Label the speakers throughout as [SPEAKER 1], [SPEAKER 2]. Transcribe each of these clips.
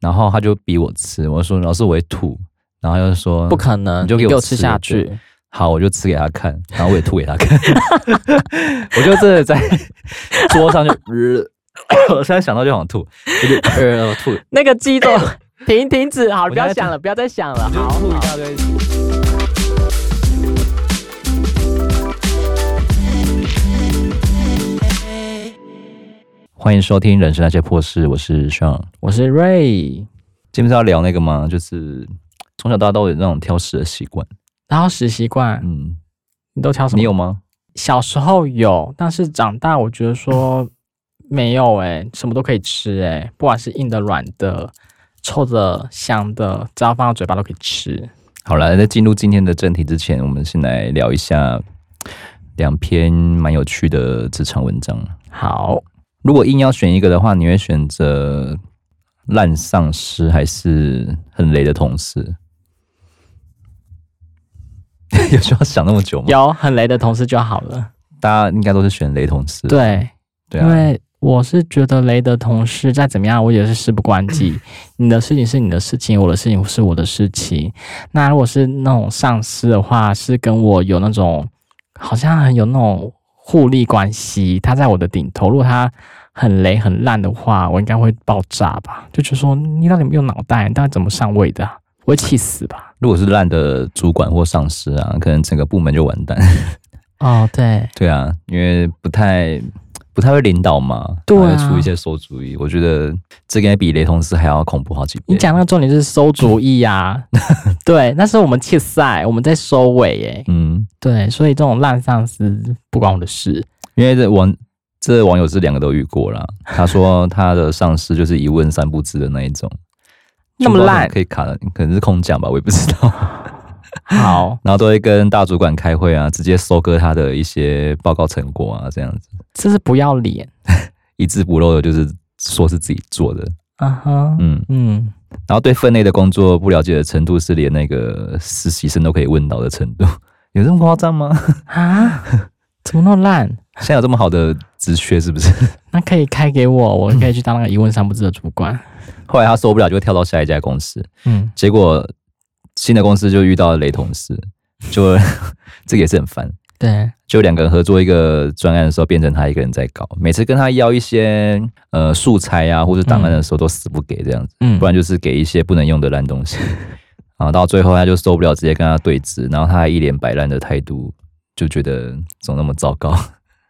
[SPEAKER 1] 然后他就逼我吃，我说老师我会吐，然后他就说
[SPEAKER 2] 不可能，
[SPEAKER 1] 你就
[SPEAKER 2] 嗯给
[SPEAKER 1] 给我
[SPEAKER 2] 吃
[SPEAKER 1] 吃
[SPEAKER 2] 下
[SPEAKER 1] 对
[SPEAKER 2] 去。
[SPEAKER 1] 好，我就吃给他看，然后我也吐给他看， 我就真的在桌上就， 呃、我现在想到就想吐，我就呃吐，
[SPEAKER 2] 那个 激动，停停止，好，不
[SPEAKER 1] 现
[SPEAKER 2] 要
[SPEAKER 1] 在
[SPEAKER 2] 想了，不要再想了，好。
[SPEAKER 1] 吐一大堆。欢迎收听《人生那些破事》，我是 Sean。
[SPEAKER 2] 我是 Ray，
[SPEAKER 1] 今天不是要聊那个吗？就是从小到大都有那种挑食的习惯。
[SPEAKER 2] 然后实习惯，
[SPEAKER 1] 嗯，
[SPEAKER 2] 你都挑什么？
[SPEAKER 1] 你有吗？
[SPEAKER 2] 小时候有，但是长大我觉得说没有哎、什么都可以吃哎、不管是硬的、软的、臭的、香的，只要放到嘴巴都可以吃。
[SPEAKER 1] 好了，在进入今天的正题之前，我们先来聊一下两篇蛮有趣的职场文章。
[SPEAKER 2] 好，
[SPEAKER 1] 如果硬要选一个的话，你会选择烂上司还是很雷的同事？ 有需要想那么久吗？
[SPEAKER 2] 有很雷的同事就好了。
[SPEAKER 1] 大家应该都是选雷同事。
[SPEAKER 2] 对，
[SPEAKER 1] 对
[SPEAKER 2] 因
[SPEAKER 1] 啊，
[SPEAKER 2] 为我是觉得雷的同事再怎么样，我也是事不关 己。你的事情是你的事情，我的事情是我的事情。那如果是那种上司的话，是跟我有那种好像很有那种互利关系，他在我的顶头。如果他很雷很烂的话，我应该会爆炸吧？就觉得说你到底有没有脑袋？你到底怎么上位的啊、我会气死吧？
[SPEAKER 1] 如果是烂的主管或上司啊，可能整个部门就完蛋。
[SPEAKER 2] 哦，对，
[SPEAKER 1] 对啊，因为不太不太会领导嘛，
[SPEAKER 2] 对啊
[SPEAKER 1] 然后又出一些馊主意。我觉得这个应该比雷同事还要恐怖好几倍。
[SPEAKER 2] 你讲那个重点是馊主意呀、 对，那是我们切赛，我们在收尾耶、
[SPEAKER 1] 嗯，
[SPEAKER 2] 对，所以这种烂上司不关我的事。
[SPEAKER 1] 因为这网这网友是两个都遇过啦。他说他的上司就是一问三不知的那一种，
[SPEAKER 2] 那
[SPEAKER 1] 就不
[SPEAKER 2] 么烂
[SPEAKER 1] 知道怎可以卡的，可能是空降吧，我也不知道。
[SPEAKER 2] 好，
[SPEAKER 1] 然后都会跟大主管开会啊，直接收割他的一些报告成果啊，这样子
[SPEAKER 2] 这是不要脸。
[SPEAKER 1] 一字不漏的，就是说是自己做的。
[SPEAKER 2] 嗯哼，
[SPEAKER 1] 嗯，
[SPEAKER 2] 嗯，
[SPEAKER 1] 然后对分内的工作不了解的程度，是连那个实习生都可以问到的程度， 有这么夸张吗？
[SPEAKER 2] 啊， 怎么那么烂？
[SPEAKER 1] 现在有这么好的职缺是不 是？
[SPEAKER 2] 那可以开给我，我可以去当那个一问三不知的主管。
[SPEAKER 1] 后来他受不了，就跳到下一家公司，
[SPEAKER 2] 嗯，
[SPEAKER 1] 结果新的公司就遇到了雷同事，就 这个也是很烦。
[SPEAKER 2] 对，
[SPEAKER 1] 就两个人合作一个专案的时候，变成他一个人在搞，每次跟他要一些呃素材啊或者档案的时候，都死不给这样子，
[SPEAKER 2] 嗯
[SPEAKER 1] 不，然就是给一些不能用的烂东西。 然后到最后他就受不了，直接跟他对峙，然后他还一脸摆烂的态度，就觉得怎么那么糟糕？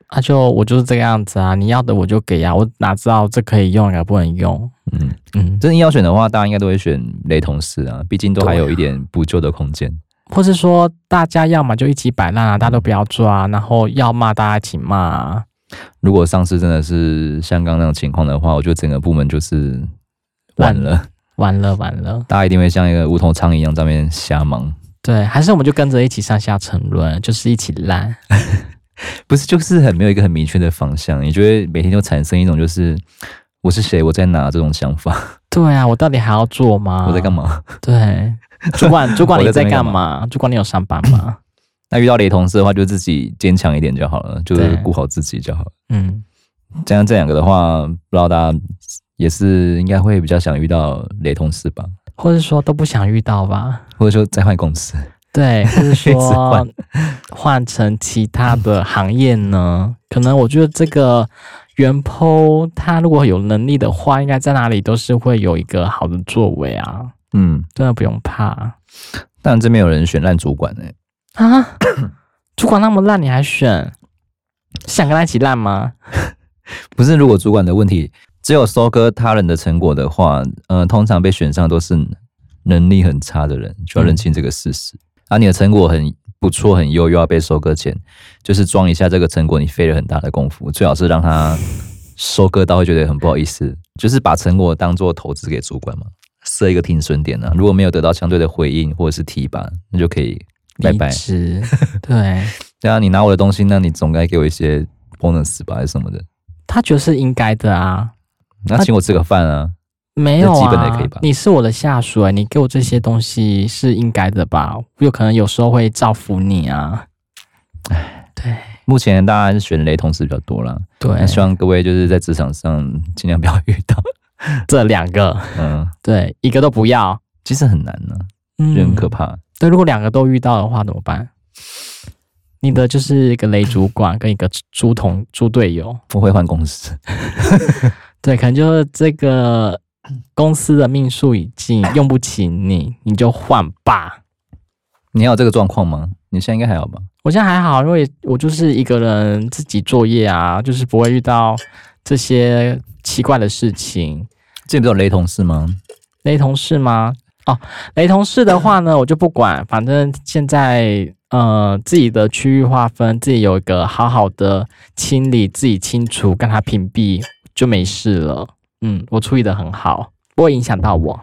[SPEAKER 2] 啊，就我就是这个样子啊，你要的我就给啊，我哪知道这可以用，哪不能用？
[SPEAKER 1] 嗯，
[SPEAKER 2] 嗯，
[SPEAKER 1] 真的要选的话，大家应该都会选雷同事啊，毕竟都还有一点补救的空间。
[SPEAKER 2] 或是说大家要么就一起摆烂啊，大家都不要抓，然后要骂大家一起骂、啊。
[SPEAKER 1] 如果上次真的是像刚刚那种情况的话，我觉得整个部门就是
[SPEAKER 2] 完
[SPEAKER 1] 完了，
[SPEAKER 2] 完了完了，
[SPEAKER 1] 大家一定会像一个无头苍蝇一样在那边瞎忙。
[SPEAKER 2] 对，还是我们就跟着一起上下沉沦，就是一起烂。
[SPEAKER 1] 不是，就是很没有一个很明确的方向，你就会每天就产生一种就是我是谁，我在哪这种想法，
[SPEAKER 2] 对啊，我到底还要做吗？
[SPEAKER 1] 我在干？嘛？
[SPEAKER 2] 对，主 管，主管
[SPEAKER 1] 我
[SPEAKER 2] 你
[SPEAKER 1] 在这
[SPEAKER 2] 在
[SPEAKER 1] 边
[SPEAKER 2] 干
[SPEAKER 1] 干
[SPEAKER 2] 嘛？主管你有上班 吗？
[SPEAKER 1] 那遇到雷同事的话，就自己坚强一点就好了，就是
[SPEAKER 2] 对
[SPEAKER 1] 顾好自己就好了。
[SPEAKER 2] 嗯，
[SPEAKER 1] 这样这两个的话，不知道大家也是应该会比较想遇到雷同事吧，
[SPEAKER 2] 或者说都不想遇到吧？
[SPEAKER 1] 或者说再换公司。
[SPEAKER 2] 对，或者
[SPEAKER 1] 一直
[SPEAKER 2] 说
[SPEAKER 1] 换
[SPEAKER 2] 换成其他的行业呢？可能我觉得这个原剖他如果有能力的话，应该在哪里都是会有一个好的作为啊，
[SPEAKER 1] 嗯，
[SPEAKER 2] 真的不用怕啊！
[SPEAKER 1] 当然这边有人选烂主管哎、
[SPEAKER 2] 主管那么烂，你还选？想跟他一起烂吗？
[SPEAKER 1] 不是，如果主管的问题只有收割他人的成果的话，呃，通常被选上都是能力很差的人，就要认清这个事实。啊，你的成果很不错，很优，又要被收割钱，就是装一下这个成果，你费了很大的功夫，最好是让他收割到会觉得很不好意思，就是把成果当做投资给主管嘛，设一个停损点啊。如果没有得到相对的回应或者是提拔，那就可以拜拜
[SPEAKER 2] 离。职，对
[SPEAKER 1] 对啊，你拿我的东西，那你总该给我一些 bonus 吧，还是什么的。
[SPEAKER 2] 他觉得是应该的啊。
[SPEAKER 1] 那请我吃个饭啊。
[SPEAKER 2] 没有
[SPEAKER 1] 这
[SPEAKER 2] 啊，
[SPEAKER 1] 基本的也可以吧
[SPEAKER 2] 你是我的下属、欸，你给我这些东西是应该的吧？我有可能有时候会造福你啊。对
[SPEAKER 1] 目前大家还是选雷同事比较多啦，
[SPEAKER 2] 对
[SPEAKER 1] 那，希望各位就是在职场上尽量不要遇到。
[SPEAKER 2] 这两个，
[SPEAKER 1] 嗯，
[SPEAKER 2] 对，一个都不要，
[SPEAKER 1] 其实很难呢、
[SPEAKER 2] 嗯
[SPEAKER 1] 就很可怕。
[SPEAKER 2] 对，如果两个都遇到的话怎么办？你的就是一个雷主管跟一个猪同猪队友，
[SPEAKER 1] 我会换公司，
[SPEAKER 2] 对，可能就是这个公司的命数已尽，用不起你，你就换吧。
[SPEAKER 1] 你还有这个状况吗？你现在应该还好吧？
[SPEAKER 2] 我现在还好，因为我就是一个人自己作业啊，就是不会遇到这些奇怪的事情。
[SPEAKER 1] 这不是有雷同事吗？
[SPEAKER 2] 雷同事吗？哦，雷同事的话呢，我就不管，反正现在呃自己的区域划分，自己有一个好好的清理，自己清除，跟它屏蔽就没事了。嗯，我处理的很好，不会影响到我。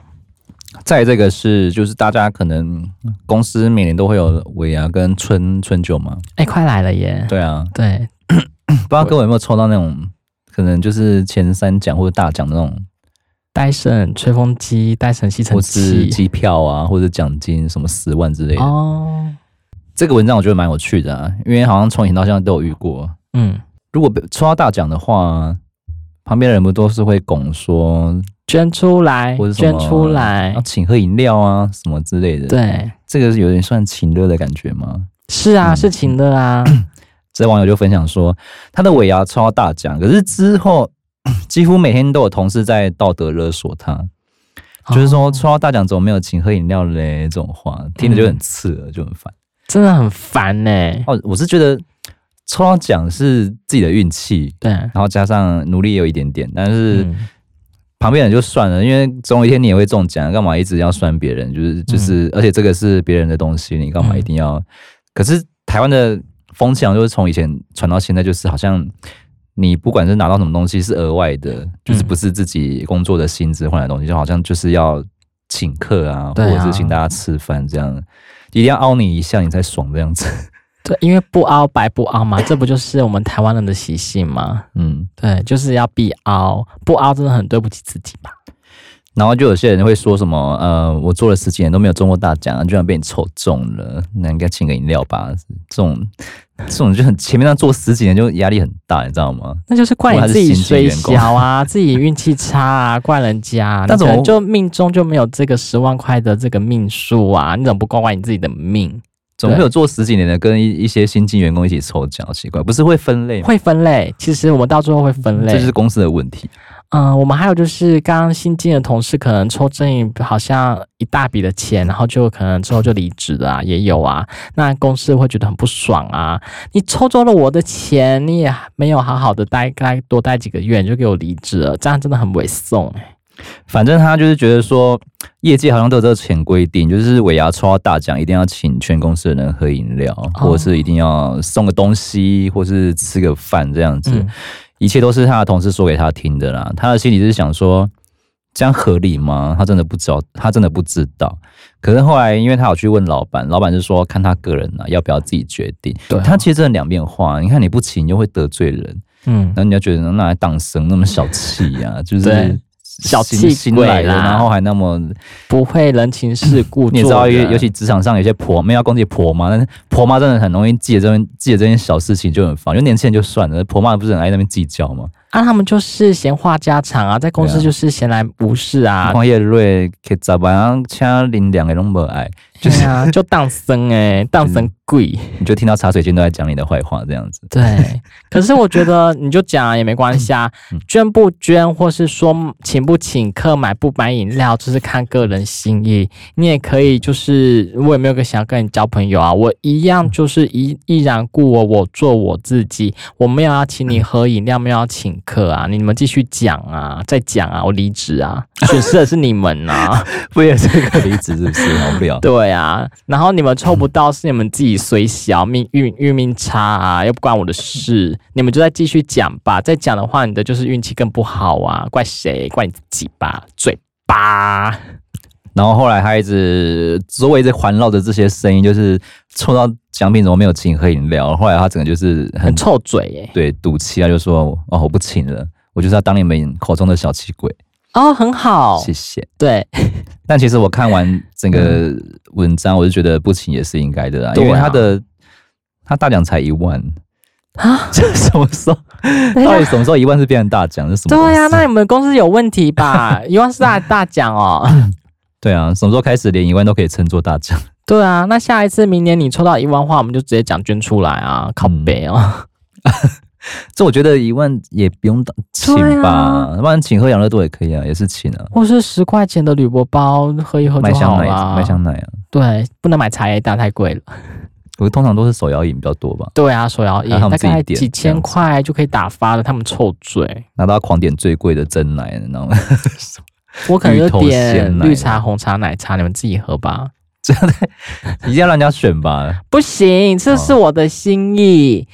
[SPEAKER 1] 再这个是就是大家可能公司每年都会有尾牙跟春春酒嘛，
[SPEAKER 2] 哎，快来了耶！
[SPEAKER 1] 对啊，
[SPEAKER 2] 对，
[SPEAKER 1] 不知道各位有没有抽到那种可能就是前三奖或者大奖那种，
[SPEAKER 2] 戴森吹风机、戴森吸尘
[SPEAKER 1] 或是
[SPEAKER 2] 器
[SPEAKER 1] 机票啊或者奖金什么十万之类的。
[SPEAKER 2] 哦，
[SPEAKER 1] 这个文章我觉得蛮有趣的、啊，因为好像从以前到现在都有遇过。
[SPEAKER 2] 嗯，
[SPEAKER 1] 如果被抽到大奖的话，旁边的人不都是会拱说
[SPEAKER 2] 捐出来
[SPEAKER 1] 或者，什么啊
[SPEAKER 2] 捐出来
[SPEAKER 1] 要，请喝饮料啊什么之类的？，
[SPEAKER 2] 哎对，
[SPEAKER 1] 这个有点算情乐的感觉吗？
[SPEAKER 2] 是啊，
[SPEAKER 1] 嗯
[SPEAKER 2] 是情的啊，
[SPEAKER 1] 这网友就分享说，他的尾牙抽到大奖，可是之后 几乎每天都有同事在道德勒索他，就是说
[SPEAKER 2] 哦
[SPEAKER 1] 抽到大奖怎么没有请喝饮料嘞？这种话听着就很刺
[SPEAKER 2] 嗯
[SPEAKER 1] 耳，就很烦。
[SPEAKER 2] 真的很烦呢、
[SPEAKER 1] 哦，我是觉得抽到奖是自己的运气，
[SPEAKER 2] 对，
[SPEAKER 1] 然后加上努力也有一点点，但是
[SPEAKER 2] 嗯
[SPEAKER 1] 旁边人就算了，因为总有一天你也会中奖，干嘛一直要酸别人？
[SPEAKER 2] 嗯
[SPEAKER 1] 就是就是，而且这个是别人的东西，你干嘛一定要？可是台湾的风气好像就是从以前传到现在，就是好像你不管是拿到什么东西是额外的，
[SPEAKER 2] 嗯
[SPEAKER 1] 就是不是自己工作的薪资换来的东西，就好像就是要请客啊，或
[SPEAKER 2] 对啊
[SPEAKER 1] 者是请大家吃饭这样，一定要凹你一下你才爽这样子。
[SPEAKER 2] 对，因为不凹白不凹嘛，这不就是我们台湾人的习性吗？
[SPEAKER 1] 嗯，
[SPEAKER 2] 对，就是要必凹，不凹真的很对不起自己吧？
[SPEAKER 1] 然后就有些人会说什么，呃，我做了十几年都没有中过大奖，居然被你抽中了，那应该请个饮料吧？这种这种就很前面那做十几年就压力很大，你知道吗？
[SPEAKER 2] 那就是怪你自己
[SPEAKER 1] 我还是
[SPEAKER 2] 水
[SPEAKER 1] 心急员
[SPEAKER 2] 小啊，自己运气差 啊，怪人家、啊。
[SPEAKER 1] 但
[SPEAKER 2] 你可
[SPEAKER 1] 怎么
[SPEAKER 2] 能就命中就没有这个十万块的这个命数啊？你怎么不怪怪你自己的命？
[SPEAKER 1] 总会有做十几年的跟一一些新进员工一起抽奖，奇怪，不是会分类吗？
[SPEAKER 2] 会分类，其实我们到最后会分类。
[SPEAKER 1] 这就是公司的问题。
[SPEAKER 2] 嗯，我们还有就是，刚刚新进的同事可能抽正一好像一大笔的钱，然后就可能之后就离职的啊，也有啊。那公司会觉得很不爽啊，你抽走了我的钱，你也没有好好的待待多待几个月，你就给我离职了，这样真的很猥琐、欸。
[SPEAKER 1] 反正他就是觉得说，业界好像都有这个潜规定，就是尾牙抽到大奖一定要请全公司的人喝饮料，
[SPEAKER 2] 哦
[SPEAKER 1] 或者是一定要送个东西，或是吃个饭这样子。
[SPEAKER 2] 嗯，
[SPEAKER 1] 一切都是他的同事说给他听的啦。他的心里是想说，这样合理吗？他真的不知道，他真的不知道。可是后来，因为他有去问老板，老板就说看他个人啦、要不要自己决定。
[SPEAKER 2] 对啊
[SPEAKER 1] 他其实真的两面话，你看你不请又会得罪人，
[SPEAKER 2] 嗯
[SPEAKER 1] 然，后你要觉得那还当生那么小气呀、就是
[SPEAKER 2] 对。小气
[SPEAKER 1] 新新来的，
[SPEAKER 2] 鬼啦
[SPEAKER 1] 然后还那么，
[SPEAKER 2] 不会人 情世故做人，
[SPEAKER 1] 你也知道，尤尤其职场上有些婆，没有要攻击婆妈，但是婆妈真的很容易记得这件记得这件小事情就很烦。就年轻人就算了，婆妈不是很爱那边计较吗？
[SPEAKER 2] 啊，他们就是闲话家常啊，在公
[SPEAKER 1] 对
[SPEAKER 2] 司
[SPEAKER 1] 啊
[SPEAKER 2] 就是闲来无事啊，
[SPEAKER 1] 黄叶瑞去十万人请零两个拢无爱，就
[SPEAKER 2] 对
[SPEAKER 1] 是嗯
[SPEAKER 2] 啊，就当生哎、当生贵。
[SPEAKER 1] 你就听到茶水间都在讲你的坏话这 样子。
[SPEAKER 2] 对，可是我觉得你就讲啊也没关系啊，捐不捐，或是说请不请客、买不买饮料，就是看个人心意。你也可以就是，我也没有个想要跟你交朋友啊，我一样就是依依然故我，我做我自己，我没有要请你喝饮料，没有要请客啊，你们继续讲啊，再讲啊，我离职啊，损失的是你们啊，
[SPEAKER 1] 不也是个离职是不是？好无聊。
[SPEAKER 2] 对啊，然后你们抽不到是你们自己虽小，命运运命差啊，又不关我的事，你们就再继续讲吧，再讲的话，你的就是运气更不好啊，怪谁？怪你自己吧，嘴巴。
[SPEAKER 1] 然后后来他一直周围一直环绕着这些声音，就是抽到奖品怎么没有请喝饮料？后来他整个就是很
[SPEAKER 2] 很臭嘴耶、
[SPEAKER 1] 对赌气啊，就说哦我不请了，我就是要当你们口中的小气鬼，
[SPEAKER 2] 哦，很好
[SPEAKER 1] 谢，谢。
[SPEAKER 2] 对，
[SPEAKER 1] 但其实我看完整个文章，我就觉得不请也是应该的啦，因
[SPEAKER 2] 嗯对啊
[SPEAKER 1] 为他的他大奖才一万，
[SPEAKER 2] 啊？
[SPEAKER 1] 这什么时候？
[SPEAKER 2] 等一
[SPEAKER 1] 到底
[SPEAKER 2] 下，
[SPEAKER 1] 什么时候一万是变成大奖？是什么东西？
[SPEAKER 2] 啊对呀、那你们公司有问题吧？ 一万是大大奖哦。
[SPEAKER 1] 对啊，什么时候开始连一万都可以称作大奖？
[SPEAKER 2] 对啊，那下一次明年你抽到一万话，我们就直接奖捐出来啊，靠北哦。
[SPEAKER 1] 这我觉得一万也不用打请
[SPEAKER 2] 对
[SPEAKER 1] 吧，
[SPEAKER 2] 啊
[SPEAKER 1] 不然请喝养乐多也可以啊，也是请啊，
[SPEAKER 2] 或是十块钱的铝箔包喝一喝
[SPEAKER 1] 麦
[SPEAKER 2] 就
[SPEAKER 1] 香
[SPEAKER 2] 好
[SPEAKER 1] 奶
[SPEAKER 2] 啦。
[SPEAKER 1] 麦香奶啊，
[SPEAKER 2] 对，不能买茶叶蛋太贵了。
[SPEAKER 1] 我通常都是手摇饮比较多吧，
[SPEAKER 2] 对啊，手摇饮
[SPEAKER 1] 让他
[SPEAKER 2] 大
[SPEAKER 1] 们自己
[SPEAKER 2] 概
[SPEAKER 1] 点
[SPEAKER 2] 几
[SPEAKER 1] 这样
[SPEAKER 2] 千
[SPEAKER 1] 子
[SPEAKER 2] 块就可以打发了，他们臭嘴。
[SPEAKER 1] 拿到狂点最贵的真奶，然后
[SPEAKER 2] 我可能
[SPEAKER 1] 芋头
[SPEAKER 2] 就
[SPEAKER 1] 鲜
[SPEAKER 2] 点
[SPEAKER 1] 奶啊
[SPEAKER 2] 绿茶、红茶、奶茶，你们自己喝吧。
[SPEAKER 1] 一定要让人家选吧。
[SPEAKER 2] 不行，这是我的心意。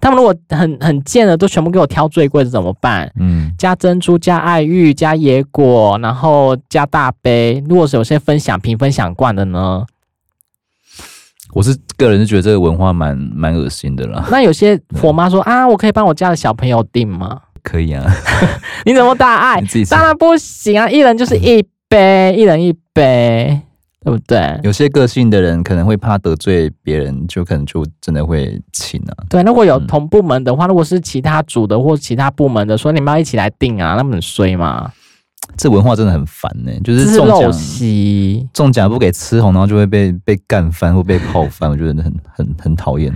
[SPEAKER 2] 他们如果很很贱的，都全部给我挑最贵的怎么办？
[SPEAKER 1] 嗯，
[SPEAKER 2] 加珍珠、加爱玉、加野果，然后加大杯。如果是有些分享瓶、分享罐的呢？
[SPEAKER 1] 我是个人是觉得这个文化蛮蛮恶心的啦，
[SPEAKER 2] 那有些婆妈说啊，我可以帮我家的小朋友订吗？
[SPEAKER 1] 可 以啊，哎
[SPEAKER 2] 你怎么大爱
[SPEAKER 1] 你？自己吃
[SPEAKER 2] 当然不行啊，一人就是一杯，一人一杯，对不对？
[SPEAKER 1] 有些个性的人可能会怕得罪别人，就可能就真的会请啊。
[SPEAKER 2] 对，如果有
[SPEAKER 1] 嗯
[SPEAKER 2] 同部门的话，如果是其他组的或其他部门的，说你们要一起来订啊，那么很衰嘛，
[SPEAKER 1] 这文化真的很烦呢、就
[SPEAKER 2] 这
[SPEAKER 1] 是
[SPEAKER 2] 是
[SPEAKER 1] 中
[SPEAKER 2] 陋
[SPEAKER 1] 奖
[SPEAKER 2] 习。
[SPEAKER 1] 中奖不给吃红，然后就会被被干翻或被泡翻，我觉得很很很讨厌。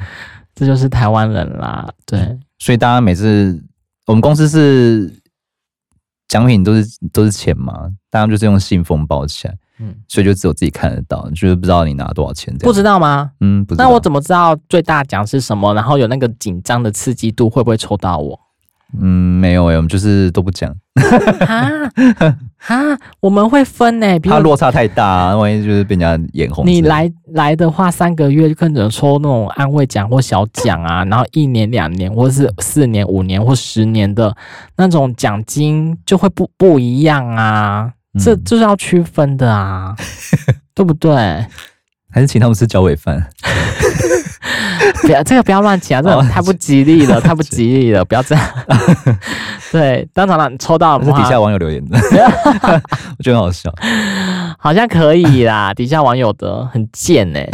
[SPEAKER 2] 这就是台湾人啦，
[SPEAKER 1] 嗯
[SPEAKER 2] 对，
[SPEAKER 1] 所以大家每次我们公司是奖品都是都是钱嘛，大家就是用信封包起来，
[SPEAKER 2] 嗯，
[SPEAKER 1] 所以就只有自己看得到，就是不知道你拿多少钱这样。
[SPEAKER 2] 不知道吗？
[SPEAKER 1] 嗯，不知道。
[SPEAKER 2] 那我怎么知道最大奖是什么？然后有那个紧张的刺激度，会不会抽 到我？
[SPEAKER 1] 嗯没有哎、我们就是都不讲，
[SPEAKER 2] 啊啊，我们会分呢、比如
[SPEAKER 1] 怕落差太大、 啊，万一就是被人家眼红之类
[SPEAKER 2] 你
[SPEAKER 1] 的。
[SPEAKER 2] 来来的话，三个月就可能抽那种安慰奖或小奖 啊，然后一年、两年，或是四年、五年或十年的那种奖金就会不不一样啊，这
[SPEAKER 1] 嗯
[SPEAKER 2] 就是要区分 的啊，对不对？
[SPEAKER 1] 还是请他们吃脚尾饭？
[SPEAKER 2] 不要这个不要乱
[SPEAKER 1] 哦
[SPEAKER 2] 啊讲，这种太不吉利了，太不吉利了，不要这样。对，当场让你抽到
[SPEAKER 1] 这
[SPEAKER 2] 的
[SPEAKER 1] 是
[SPEAKER 2] 话
[SPEAKER 1] 底，下网友留 言的，我觉得很好笑。
[SPEAKER 2] 好像可 以啦，底下网友的很贱哎、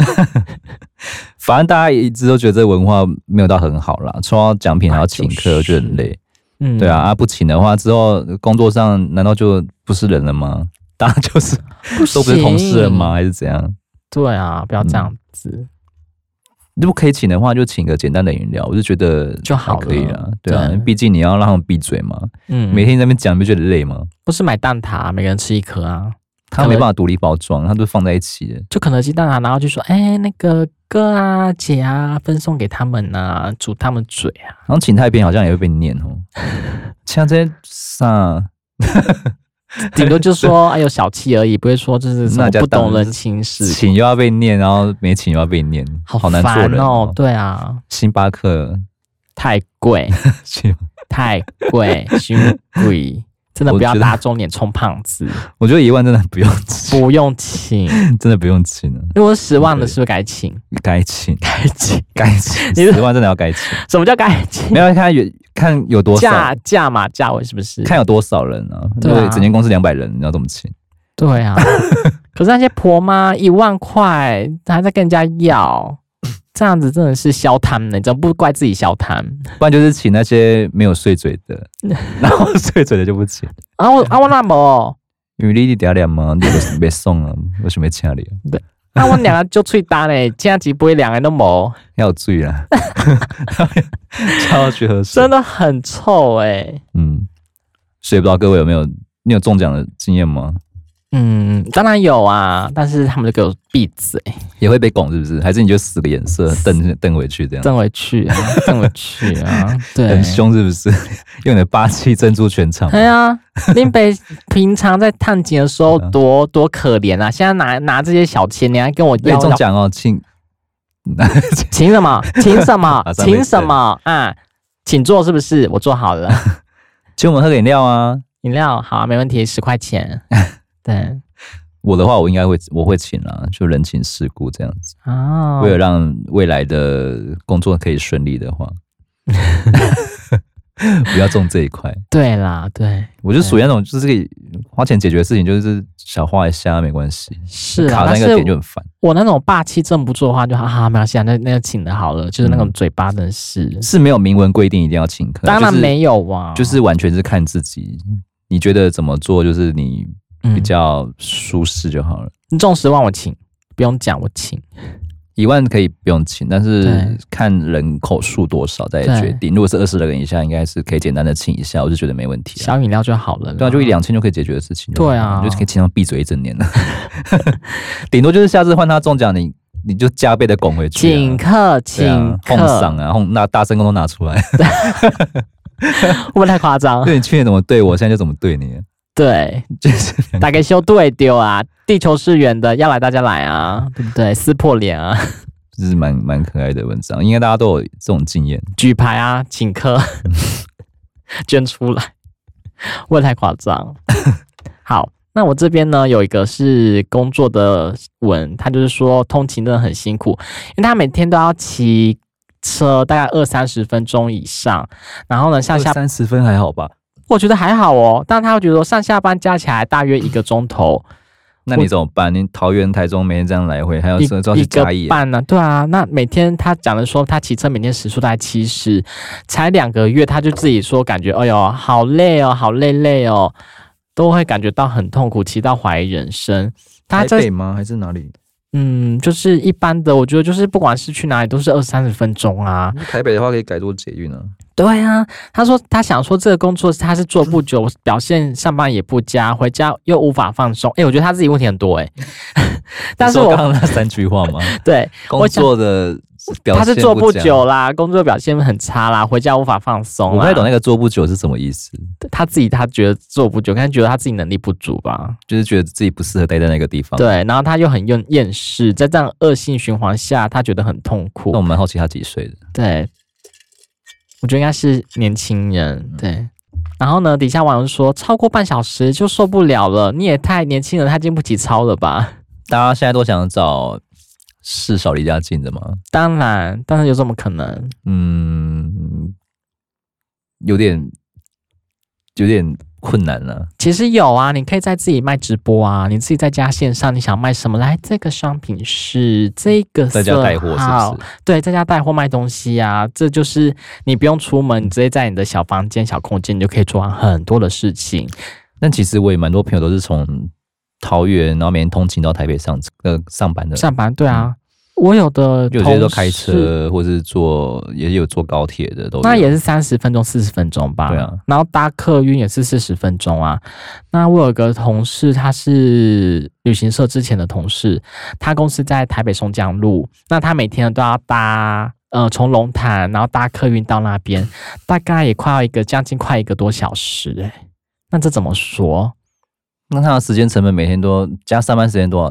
[SPEAKER 1] 反正大家一直都觉得这文化没有到很好啦，抽到奖品还要请
[SPEAKER 2] 啊
[SPEAKER 1] 客，
[SPEAKER 2] 就
[SPEAKER 1] 我
[SPEAKER 2] 是
[SPEAKER 1] 觉得很累。
[SPEAKER 2] 嗯，
[SPEAKER 1] 对啊，，啊不请的话，之后工作上难道就不是人了吗？大家 就是
[SPEAKER 2] 不
[SPEAKER 1] 都不是同事了
[SPEAKER 2] 行
[SPEAKER 1] 吗？还是怎样？
[SPEAKER 2] 对啊，不要这样子。
[SPEAKER 1] 如果可以请的话，就请个简单的饮料，我就觉得
[SPEAKER 2] 就好
[SPEAKER 1] 还可以啊
[SPEAKER 2] 了。
[SPEAKER 1] 对啊
[SPEAKER 2] 对，
[SPEAKER 1] 毕竟你要让他们闭嘴嘛，
[SPEAKER 2] 嗯，
[SPEAKER 1] 每天在那边讲，你不觉得累吗？
[SPEAKER 2] 不是买蛋挞，每个人吃一颗啊。
[SPEAKER 1] 他没办法独立包装，他都放在一起的。
[SPEAKER 2] 就肯德基蛋挞，然后就说，哎、那个哥啊、姐啊，分送给他们啊，煮他们嘴 啊。
[SPEAKER 1] 然后请太偏好像也会被念哦， 像这些啥，
[SPEAKER 2] 顶多就说，哎呦，小气而已，不会说就是 什
[SPEAKER 1] 那
[SPEAKER 2] 么
[SPEAKER 1] 家
[SPEAKER 2] 不
[SPEAKER 1] 当
[SPEAKER 2] 懂
[SPEAKER 1] 然
[SPEAKER 2] 人 情世。
[SPEAKER 1] 请又要被念，然后没请又要被念，好难做
[SPEAKER 2] 烦
[SPEAKER 1] 人
[SPEAKER 2] 哦，。对啊，
[SPEAKER 1] 星巴克，
[SPEAKER 2] 太 贵，
[SPEAKER 1] 去
[SPEAKER 2] 太贵，心贵，真的
[SPEAKER 1] 我
[SPEAKER 2] 不要
[SPEAKER 1] 觉得
[SPEAKER 2] 打肿脸充胖子，
[SPEAKER 1] 我觉得一万真的不用请，
[SPEAKER 2] 不用 请。
[SPEAKER 1] 真的不用请了，
[SPEAKER 2] 如果是十万的，是不是该请？
[SPEAKER 1] 该 请
[SPEAKER 2] 该请？
[SPEAKER 1] 该请，
[SPEAKER 2] 你是
[SPEAKER 1] 十万真的要该请。
[SPEAKER 2] 什么叫该请？
[SPEAKER 1] 没有看有看有多
[SPEAKER 2] 价
[SPEAKER 1] 少，
[SPEAKER 2] 价嘛，价位是不是？
[SPEAKER 1] 看有多少人啊？
[SPEAKER 2] 对啊
[SPEAKER 1] 对，整间公司两百人，你要怎么请？
[SPEAKER 2] 对 啊，可是那些婆妈一万块还在跟人家要，这样子真的是消贪呢，真不怪自己消贪。
[SPEAKER 1] 不然就是请那些没有碎嘴 的，然后碎嘴的就不请。
[SPEAKER 2] 啊 我啊我那么，
[SPEAKER 1] 因为你弟嗲脸嘛，你就别送啊，我想要请你啊，
[SPEAKER 2] 啊我两个就最单 嘞，这样子不会两个人都没，
[SPEAKER 1] 要有醉 啦，叫他去喝水
[SPEAKER 2] 真。的很臭哎。
[SPEAKER 1] 嗯，所以不知道各位有没有你有中奖的经验吗？
[SPEAKER 2] 嗯，当然有啊，但是他们就给我闭嘴，
[SPEAKER 1] 也会被拱是不是？还是你就使个眼色 瞪瞪回去这样？
[SPEAKER 2] 挣回去 啊，挣回去啊，对
[SPEAKER 1] 很。凶啊是不 是？用你的霸气镇住全场。
[SPEAKER 2] 哎呀，林北平常在探景的 时候多多可怜啊！现在拿拿这些小钱，你还跟我
[SPEAKER 1] 哎
[SPEAKER 2] 要
[SPEAKER 1] 中奖哦，请
[SPEAKER 2] 请什么？请 什
[SPEAKER 1] 马？
[SPEAKER 2] 么
[SPEAKER 1] 上被
[SPEAKER 2] 请什么？啊，请坐是不是？我坐好了，
[SPEAKER 1] 请我们喝个饮料啊。
[SPEAKER 2] 饮料好，没问题，十 块钱。对
[SPEAKER 1] 我的话，我应该会我会请啦，就人情世故这样子，
[SPEAKER 2] 哦
[SPEAKER 1] 为， 了让未来的工作可以顺利的话， 不要中这一块。
[SPEAKER 2] 对啦，对，
[SPEAKER 1] 我就属
[SPEAKER 2] 嗯
[SPEAKER 1] 于那种就是可以花钱解决的事情，就是小花一下没关系，
[SPEAKER 2] 是啊
[SPEAKER 1] 卡，在那
[SPEAKER 2] 但是
[SPEAKER 1] 个点就很烦。
[SPEAKER 2] 我那种霸气镇不住的话，就哈哈、没关系啊，那那个请的好了，就是那种嘴巴真的是，
[SPEAKER 1] 是没有明文规定一定要请客，
[SPEAKER 2] 当然
[SPEAKER 1] 就是
[SPEAKER 2] 没有啊，
[SPEAKER 1] 就是完全是看自己，你觉得怎么做就是你比
[SPEAKER 2] 嗯，
[SPEAKER 1] 较舒适就好了。
[SPEAKER 2] 你中十万我请，不用讲我请，
[SPEAKER 1] 一万可以不用请，但是
[SPEAKER 2] 对
[SPEAKER 1] 看人口数多少再
[SPEAKER 2] 对
[SPEAKER 1] 决定。如果是二十个人以下，应该是可以简单的请一下，我就觉得没问题啊。
[SPEAKER 2] 小饮料就好了啦，
[SPEAKER 1] 对啊，就一两千就可以解决的事情就好了。
[SPEAKER 2] 对啊
[SPEAKER 1] 你就可以请他闭嘴一整年了。 顶多就是下次换他中奖，你你就加倍的拱回去、啊。
[SPEAKER 2] 请客，
[SPEAKER 1] 对
[SPEAKER 2] 请
[SPEAKER 1] 啊，哄嗓
[SPEAKER 2] 客，
[SPEAKER 1] 啊，哄那大声功都拿出 来。
[SPEAKER 2] 会不会太夸张？
[SPEAKER 1] 对你去年怎么对我，现在就怎么对你，
[SPEAKER 2] 对，
[SPEAKER 1] 就是
[SPEAKER 2] 大概修对丢啊，地球是圆的，要来大家来啊，对不对？撕破脸啊，
[SPEAKER 1] 就是蛮蛮可爱的文章，应该大家都有这种经验。
[SPEAKER 2] 举牌啊，请客， 捐出来，会不会太夸张？好，那我这边呢有一个是工作的文，他就是说通勤真的很辛苦，因为他每天都要骑车大概二三十分钟以上，然后呢上下
[SPEAKER 1] 三十分还好吧？
[SPEAKER 2] 我觉得还好哦，但他会觉得上下班加起来大约一个钟头，
[SPEAKER 1] 那你怎么办？你桃园、台中每天这样来回，还有
[SPEAKER 2] 一
[SPEAKER 1] 说要
[SPEAKER 2] 一
[SPEAKER 1] 去
[SPEAKER 2] 个
[SPEAKER 1] 嘉义耶，
[SPEAKER 2] 半呢、对啊，那每天他讲的说他骑车每天时速大概七十，才两个月他就自己说感觉哎呦好累哦，好累累哦，都会感觉到很痛苦，骑到怀疑人生。他
[SPEAKER 1] 台
[SPEAKER 2] 这
[SPEAKER 1] 北吗？还是哪里？
[SPEAKER 2] 嗯，就是一般的，我觉得就是不管是去哪里都是二三十分钟啊。
[SPEAKER 1] 台北的话可以改做捷运啊。
[SPEAKER 2] 对啊，他说他想说这个工作他是做不久，表现上班也不佳，回家又无法放松。哎、我觉得他自己问题很多 哎、但是
[SPEAKER 1] 你说
[SPEAKER 2] 我
[SPEAKER 1] 刚刚那三句话吗？
[SPEAKER 2] 对
[SPEAKER 1] 工作的表
[SPEAKER 2] 他
[SPEAKER 1] 现
[SPEAKER 2] 是做
[SPEAKER 1] 不
[SPEAKER 2] 不
[SPEAKER 1] 佳
[SPEAKER 2] 久，啦，工作表现很差啦，回家无法放松
[SPEAKER 1] 我
[SPEAKER 2] 啦。
[SPEAKER 1] 不太懂那个做不久是什么意思，
[SPEAKER 2] 他自己他觉得做不久，可能觉得他自己能力不足吧。
[SPEAKER 1] 就是觉得自己不适合待在那个地方。，
[SPEAKER 2] 对，然后他又很厌厌世，在这样恶性循环下，他觉得很痛
[SPEAKER 1] 那我
[SPEAKER 2] 苦。
[SPEAKER 1] 蛮好奇他几岁的。
[SPEAKER 2] 对，我觉得应该是年
[SPEAKER 1] 嗯
[SPEAKER 2] 轻人。对。然后呢？底下网友说，超过半小时就受不了了。你也太年轻人，太经不起操了吧？
[SPEAKER 1] 大家现在都想找事少离家近的吗？
[SPEAKER 2] 当然，当然有这么可能？
[SPEAKER 1] 嗯，有点有点困难了、
[SPEAKER 2] 其实有啊，你可以在自己卖直播啊，你自己在家线上，你想卖什么？来，这个商品是这个色
[SPEAKER 1] 在
[SPEAKER 2] 号，
[SPEAKER 1] 家带货
[SPEAKER 2] 啊
[SPEAKER 1] 是不是？
[SPEAKER 2] 对，在家带货卖东西啊，这就是你不用出门，你直接在你的小房间、小空间，你就可以做完很多的事情。
[SPEAKER 1] 但其实我也蛮多朋友都是从桃园，然后每天通勤到台北上呃上班的，
[SPEAKER 2] 上班对啊，我有的
[SPEAKER 1] 嗯有些都
[SPEAKER 2] 同
[SPEAKER 1] 开
[SPEAKER 2] 事，
[SPEAKER 1] 车，或是坐也有坐高铁的，都有
[SPEAKER 2] 那也是三十分钟、四十分钟吧。
[SPEAKER 1] 对啊，
[SPEAKER 2] 然后搭客运也是四十分钟啊。那我有个同事，他是旅行社之前的同事，他公司在台北松江路，那他每天都要搭。呃，从龙潭，然后搭客运到那边，大概也快要一个将近快一个多小时、欸，那这怎么说？
[SPEAKER 1] 那他的时间成本每天都加上班时间多少？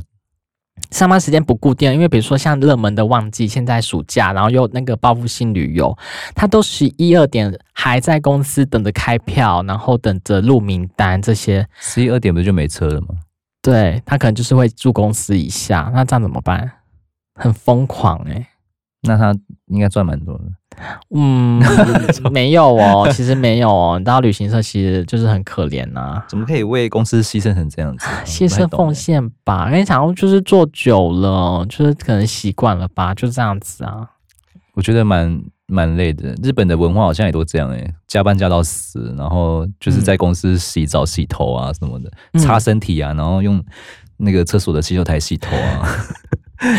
[SPEAKER 2] 上班时间不固定，因为比如说像热门的旺季，现在暑假，然后又那个报复性旅游，他都十一二点还在公司等着开票，然后等着录名单这些，
[SPEAKER 1] 十一二点不是就没车了吗？
[SPEAKER 2] 对他可能就是会住公司以下，那这样怎么办？很疯狂欸诶、
[SPEAKER 1] 那他应该赚蛮多的。
[SPEAKER 2] 嗯，没有 哦，其实没有哦，你知道旅行社其实就是很可怜呐、
[SPEAKER 1] 怎么可以为公司牺牲成这样子啊？
[SPEAKER 2] 牺牲奉
[SPEAKER 1] 献。
[SPEAKER 2] 献吧，因为想要就是做久了，就是可能习惯了吧，就这样子啊。
[SPEAKER 1] 我觉得蛮蛮累的。日本的文化好像也都这样哎、加班加到死，然后就是在公司洗澡、洗头啊什么的，
[SPEAKER 2] 嗯
[SPEAKER 1] 擦身体啊，然后用那个厕所的洗手台洗头 啊，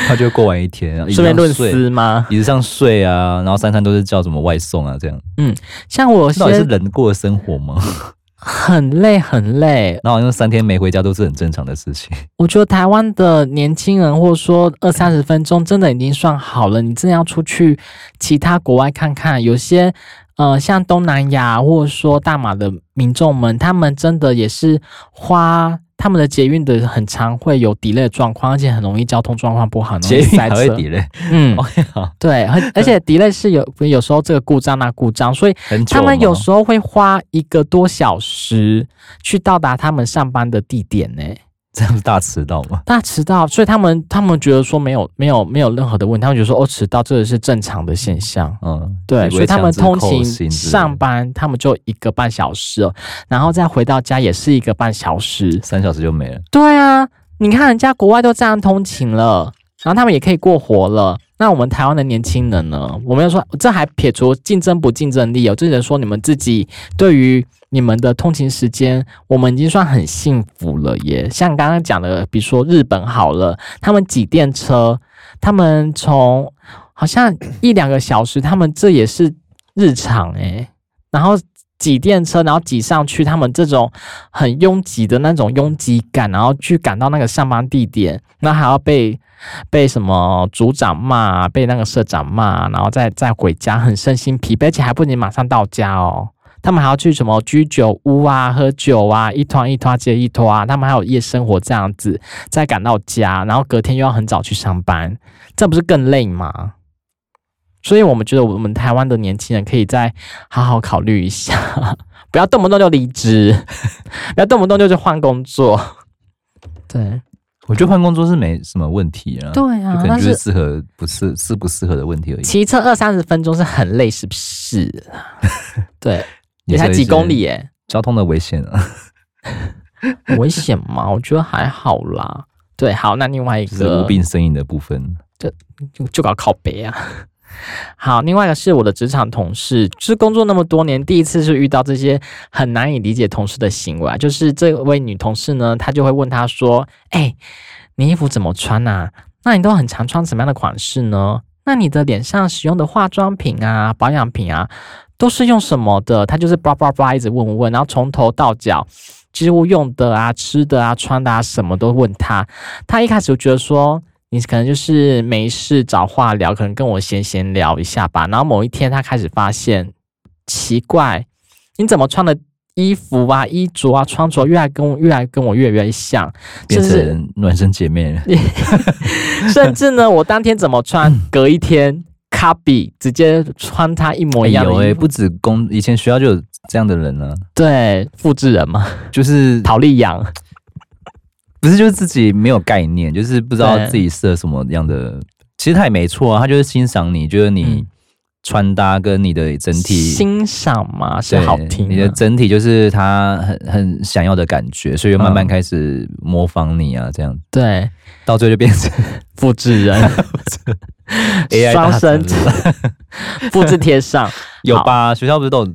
[SPEAKER 1] 他就过完一天，然后椅
[SPEAKER 2] 顺便
[SPEAKER 1] 子
[SPEAKER 2] 论
[SPEAKER 1] 上睡，
[SPEAKER 2] 丝吗？
[SPEAKER 1] 椅子上睡啊，然后三餐都是叫什么外送啊这样，
[SPEAKER 2] 像我有
[SPEAKER 1] 这到底是
[SPEAKER 2] 些
[SPEAKER 1] 人过的生活吗？
[SPEAKER 2] 很累很累，
[SPEAKER 1] 然后好像三天没回家都是很正常的事 情。
[SPEAKER 2] 我觉得台湾的年轻人，或者说二三十分钟，真的已经算好了。你真的要出去其他国外看看，有些呃，像东南亚或者说大马的民众们，他们真的也是呃花他们的捷运的很常会有 delay 的状况，而且很容易交通状况不好，很容
[SPEAKER 1] 捷
[SPEAKER 2] 易
[SPEAKER 1] 运
[SPEAKER 2] 塞
[SPEAKER 1] 还会
[SPEAKER 2] 车。
[SPEAKER 1] 抵哦 嗯嘞，
[SPEAKER 2] 嗯，
[SPEAKER 1] OK，好
[SPEAKER 2] 对，而而且 delay 是有有时候这个故障那故障，所以
[SPEAKER 1] 很久
[SPEAKER 2] 他们
[SPEAKER 1] 吗
[SPEAKER 2] 有时候会花一个多小时去到达他们上班的地点呢、
[SPEAKER 1] 这样是大迟到吗？
[SPEAKER 2] 大迟到，所以他们他们觉得说没有没有没有任何的问题，他们觉得说哦迟到这个是正常的现象。
[SPEAKER 1] 嗯，
[SPEAKER 2] 对，
[SPEAKER 1] 不
[SPEAKER 2] 所
[SPEAKER 1] 会
[SPEAKER 2] 以他
[SPEAKER 1] 强
[SPEAKER 2] 们
[SPEAKER 1] 制
[SPEAKER 2] 通
[SPEAKER 1] 扣
[SPEAKER 2] 勤
[SPEAKER 1] 薪之类
[SPEAKER 2] 上
[SPEAKER 1] 的
[SPEAKER 2] 班，他们就一个半小时了，然后再回到家也是一个半小时。
[SPEAKER 1] 三小时就没了。
[SPEAKER 2] 对啊，你看人家国外都这样通勤了，然后他们也可以过活了。那我们台湾的年轻人呢？我们要说，呃这还撇除竞争不竞争力哦，这只能说你们自己对于你们的通勤时间，我们已经算很幸福了耶。像刚刚讲的，比如说日本好了，他们挤电车，他们从好像一两个小时，他们这也是日常诶、然后挤电车，然后挤上去，他们这种很拥挤的那种拥挤感，然后去赶到那个上班地点，那还要被被什么组长骂，被那个社长骂，然后再再回家，很身心疲惫，而且还不能马上到家哦。他们还要去什么居酒屋啊、喝酒啊，一团一团接一团啊。他们还有夜生活这样子，再赶到家，然后隔天又要很早去上班，这不是更累吗？所以我们觉得我们台湾的年轻人可以再好好考虑一下， 不要动不动就离职。不要动不动就去换工作。对
[SPEAKER 1] 我觉得换工作是没什么问题啊，
[SPEAKER 2] 对
[SPEAKER 1] 就
[SPEAKER 2] 啊
[SPEAKER 1] 可，能
[SPEAKER 2] 但
[SPEAKER 1] 就是
[SPEAKER 2] 是
[SPEAKER 1] 适合不适适不适合的问题而已。
[SPEAKER 2] 骑车二三十分钟是很累，是 不是？对，也才
[SPEAKER 1] 是
[SPEAKER 2] 几公里，耶，
[SPEAKER 1] 交通的危险啊，
[SPEAKER 2] 很危险吗？我觉得还好啦。对，好，那另外一
[SPEAKER 1] 就是
[SPEAKER 2] 个
[SPEAKER 1] 无病呻吟的部分。
[SPEAKER 2] 就就搞靠北啊。 好，另外一个是我的职场同事，就是工作那么多年，第一次是遇到这些很难以理解同事的行为啊。就是这位女同事呢，她就会问她说：“哎、你衣服怎么穿啊？那你都很常穿什么样的款式呢？那你的脸上使用的化妆品啊、保养品啊，都是用什么的？”她就是叭叭叭一直问问问，然后从头到脚，几乎用的啊、吃的啊、穿的啊，什么都问她。她一开始就觉得说。你可能就是没事找话聊，可能跟我闲闲聊一下吧。然后某一天，他开始发现奇怪，你怎么穿的衣服啊、衣着啊、穿着越来跟我越来跟我越来越像，
[SPEAKER 1] 变
[SPEAKER 2] 甚至
[SPEAKER 1] 成孪生姐 妹了，
[SPEAKER 2] 甚至呢，我当天怎么穿，隔一天 copy 直接穿他一模
[SPEAKER 1] 哎
[SPEAKER 2] 一样
[SPEAKER 1] 有
[SPEAKER 2] 的
[SPEAKER 1] 哎、
[SPEAKER 2] 衣服，
[SPEAKER 1] 不止工，以前学校就有这样的人呢、
[SPEAKER 2] 对，复制人 嘛，
[SPEAKER 1] 啊，就是
[SPEAKER 2] 陶丽阳，
[SPEAKER 1] 不是就是自己没有概念，就是不知道
[SPEAKER 2] 对
[SPEAKER 1] 自己适合什么样的。其实他也没错啊，他就是欣赏你，觉得你
[SPEAKER 2] 嗯
[SPEAKER 1] 穿搭跟你的整体
[SPEAKER 2] 欣赏嘛是
[SPEAKER 1] 对
[SPEAKER 2] 好听啊
[SPEAKER 1] 你的
[SPEAKER 2] 的，
[SPEAKER 1] 整体就是他很很想要的感觉，所以就慢慢
[SPEAKER 2] 嗯
[SPEAKER 1] 开始模仿你啊，这样
[SPEAKER 2] 对，
[SPEAKER 1] 到最后就变 成
[SPEAKER 2] 复制 人
[SPEAKER 1] AI
[SPEAKER 2] 双生
[SPEAKER 1] 大神了
[SPEAKER 2] 复制贴上。
[SPEAKER 1] 有吧？学校不是都有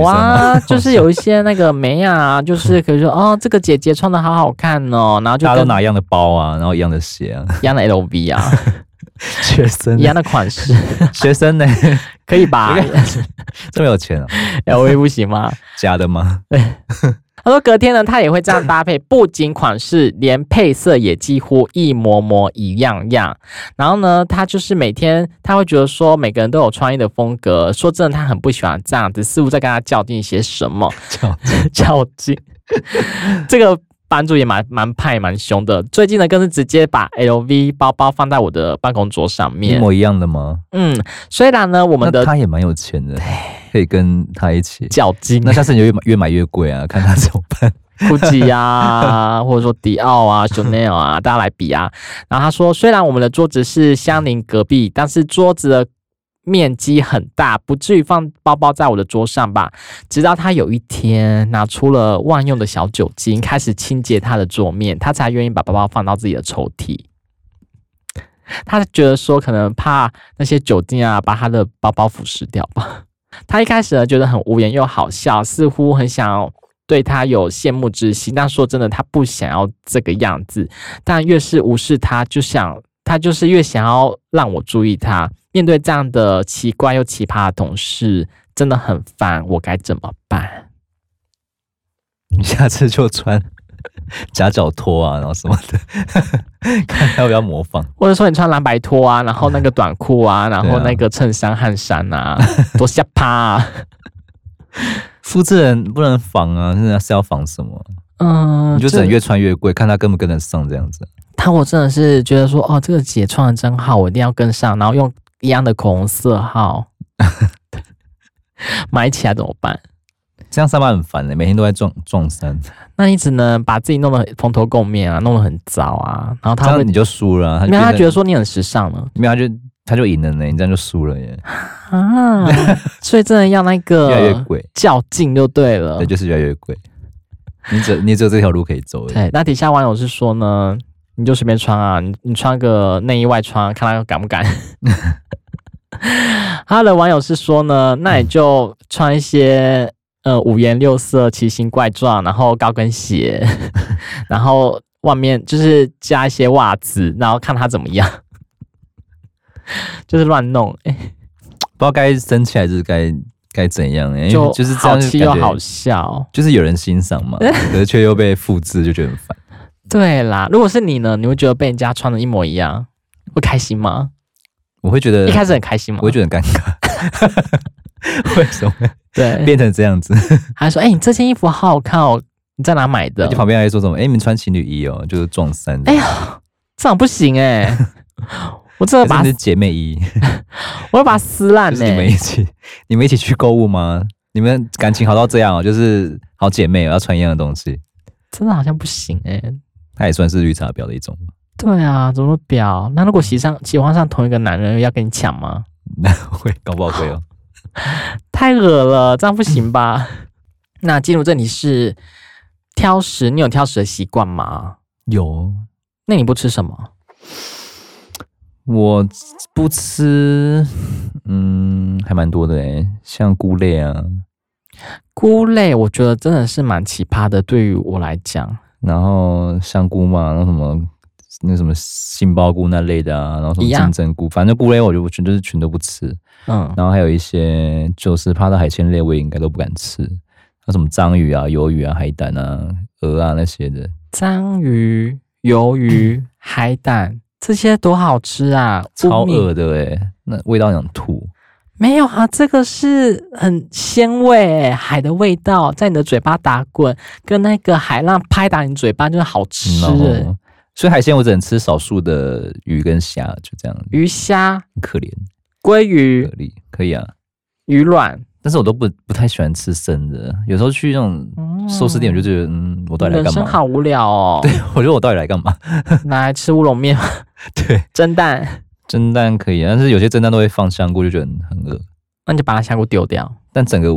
[SPEAKER 1] 这种
[SPEAKER 2] 啊，
[SPEAKER 1] 女生吗
[SPEAKER 2] 就是有一些那个美啊， 就是可以说哦，这个姐姐穿的好好看哦，然后就
[SPEAKER 1] 大家都
[SPEAKER 2] 跟
[SPEAKER 1] 拿一样的包啊，然后一样的鞋 啊，
[SPEAKER 2] 一样的 LV 啊，
[SPEAKER 1] 学生
[SPEAKER 2] 一样的款 式，
[SPEAKER 1] 学生呢，
[SPEAKER 2] 可以吧
[SPEAKER 1] 这么有钱啊？
[SPEAKER 2] ？LV 不行吗？
[SPEAKER 1] 假的吗？
[SPEAKER 2] 他说隔天呢，他也会这样搭配，不仅款式，连配色也几乎一模模一样样。然后呢，他就是每天他会觉得说每个人都有穿衣的风格，说真的，他很不喜欢这样子，似乎在跟他较劲些什么。
[SPEAKER 1] 叫
[SPEAKER 2] 较劲。这个版主也蛮蛮派蛮凶的，最近呢更是直接把 LV 包包放在我的办公桌上
[SPEAKER 1] 一
[SPEAKER 2] 面。
[SPEAKER 1] 模一样的吗？
[SPEAKER 2] 嗯，虽然呢我
[SPEAKER 1] 那
[SPEAKER 2] 们的
[SPEAKER 1] 他也蛮有钱的，可以跟他一起。
[SPEAKER 2] 较劲，
[SPEAKER 1] 那下次你就越买越买越贵啊， 看他怎么办。
[SPEAKER 2] GUCCI 啊，或者说迪奥啊、Chanel 啊，大家来比啊。然后他说，虽然我们的桌子是相邻隔壁，但是桌子的面积很大，不至于放包包在我的桌上吧。直到他有一天拿出了万用的小酒精，开始清洁他的桌面，他才愿意把包包放到自己的抽屉。他觉得说，可能怕那些酒精啊，把他的包包腐蚀掉吧。他一开始呢，觉得很无言又好笑，似乎很想要对他有羡慕之心，但说真的，他不想要这个样子。但越是无视他，就想他就是越想要让我注意他。面对这样的奇怪又奇葩的同事，真的很烦，我该怎么办？
[SPEAKER 1] 你下次就穿 夹脚拖啊，然后什么的， 看他要不要模仿。
[SPEAKER 2] 或者说你穿蓝白拖啊，然后那个短裤啊，然后那个衬衫、汗衫啊，多下 趴、啊。
[SPEAKER 1] 复制人不能仿啊，真的是要仿什么？
[SPEAKER 2] 嗯，
[SPEAKER 1] 你就只
[SPEAKER 2] 这
[SPEAKER 1] 能越穿越贵，看他跟不跟得上这样子。
[SPEAKER 2] 他我真的是觉得说，哦，这个姐穿的真好，我一定要跟上，然后用 一样的口红色号，买起来怎么办？
[SPEAKER 1] 这样上班很烦的、每天都在撞撞衫，
[SPEAKER 2] 那你只能把自己弄得蓬头垢面啊，弄得很糟啊，然后
[SPEAKER 1] 这
[SPEAKER 2] 他会
[SPEAKER 1] 样你，就输了、啊。
[SPEAKER 2] 没有他觉得
[SPEAKER 1] 得
[SPEAKER 2] 说你很时尚了
[SPEAKER 1] 没有，他就他就赢了呢，你这样就输了耶，
[SPEAKER 2] 啊， 所以真的要那
[SPEAKER 1] 越来越
[SPEAKER 2] 个
[SPEAKER 1] 贵，
[SPEAKER 2] 较劲就对了
[SPEAKER 1] 对，。就是越来越贵。你只你只有这条路可以走而已，
[SPEAKER 2] 哎对，那底下网友是说呢，你就随便穿啊，你你穿个内衣外穿，看他敢不 敢。他的网友是说呢，那你就穿一些呃五颜六色、奇形怪状，然后高跟鞋， 然后外面就是加一些袜子，然后看他怎么样， 就是乱弄，哎
[SPEAKER 1] 不知道该生气还是该该怎样、欸，因为就是这
[SPEAKER 2] 好
[SPEAKER 1] 样
[SPEAKER 2] 气
[SPEAKER 1] 就
[SPEAKER 2] 又
[SPEAKER 1] 感觉
[SPEAKER 2] 好笑。
[SPEAKER 1] 就是有人欣赏 嘛，可是却又被复制，就觉得很烦。
[SPEAKER 2] 对啦，如果是你呢，你会觉得被人家穿的一模一样，会开心吗？
[SPEAKER 1] 我会觉得
[SPEAKER 2] 一，开始很开心吗？
[SPEAKER 1] 我会觉得很尴尬， 为什么会
[SPEAKER 2] 对，
[SPEAKER 1] 变成这样子？
[SPEAKER 2] 还说：“哎、你这件衣服好好看哦，你在哪买的
[SPEAKER 1] 就？”旁边还说什么？哎、你们穿情侣衣哦，就是撞衫。
[SPEAKER 2] 哎这样不行哎、 我真的
[SPEAKER 1] 可
[SPEAKER 2] 把
[SPEAKER 1] 是
[SPEAKER 2] 它
[SPEAKER 1] 是姐妹衣，
[SPEAKER 2] 我要把它撕烂
[SPEAKER 1] 就是
[SPEAKER 2] 哎、
[SPEAKER 1] 你们一起，你们一起去购物吗？你们感情好到这样哦，就是好姐妹哦，要穿一样的东西，
[SPEAKER 2] 真的好像不行哎、
[SPEAKER 1] 它也算是绿茶婊的一种。
[SPEAKER 2] 对啊，怎么表？那如果喜上喜欢上同一个男人，要跟你抢吗？
[SPEAKER 1] 那会搞不好会哦。
[SPEAKER 2] 太恶了，这样不行吧？
[SPEAKER 1] 嗯
[SPEAKER 2] 那进入这里是挑食，你有挑食的习惯吗？
[SPEAKER 1] 有，
[SPEAKER 2] 那你不吃什么？
[SPEAKER 1] 我不吃，嗯，还蛮多的哎，像菇类啊，
[SPEAKER 2] 菇类，我觉得真的是蛮奇葩的。对于我来讲，
[SPEAKER 1] 然后香菇嘛，然后什么那什么杏鲍菇那类的啊，然后什
[SPEAKER 2] 一
[SPEAKER 1] 么
[SPEAKER 2] 样
[SPEAKER 1] 金针菇，反正菇类我就全就是全都不吃。
[SPEAKER 2] 嗯，
[SPEAKER 1] 然后还有一些就是怕的海鲜类，我也应该都不敢吃，那什么章鱼啊、鱿鱼啊、海胆啊、鹅啊那些的，
[SPEAKER 2] 章鱼、鱿鱼、海胆这些多好吃啊！
[SPEAKER 1] 嗯超
[SPEAKER 2] 污名
[SPEAKER 1] 恶的哎、那味道想吐。
[SPEAKER 2] 没有啊，这个是很鲜味，欸海的味道在你的嘴巴打滚，跟那个海浪拍打你嘴巴，就是好吃。欸
[SPEAKER 1] 然后，所以海鲜我只能吃少数的鱼跟虾，就这样，
[SPEAKER 2] 鱼虾、
[SPEAKER 1] 很可怜，
[SPEAKER 2] 鲑
[SPEAKER 1] 可
[SPEAKER 2] 鱼、
[SPEAKER 1] 怜，可以啊。
[SPEAKER 2] 鱼卵，
[SPEAKER 1] 但是我都不不太喜欢吃生的，有时候去那种寿司店，我就觉得，嗯，我到底来
[SPEAKER 2] 人
[SPEAKER 1] 干
[SPEAKER 2] 生
[SPEAKER 1] 嘛？
[SPEAKER 2] 好无聊哦。
[SPEAKER 1] 对， 我觉得我到底来干嘛？
[SPEAKER 2] 拿来吃乌龙面、
[SPEAKER 1] 对，
[SPEAKER 2] 蒸蛋，
[SPEAKER 1] 蒸蛋可以啊，但是有些蒸蛋都会放香菇，就觉得很很恶。
[SPEAKER 2] 那你就把它下锅丢掉，
[SPEAKER 1] 但整个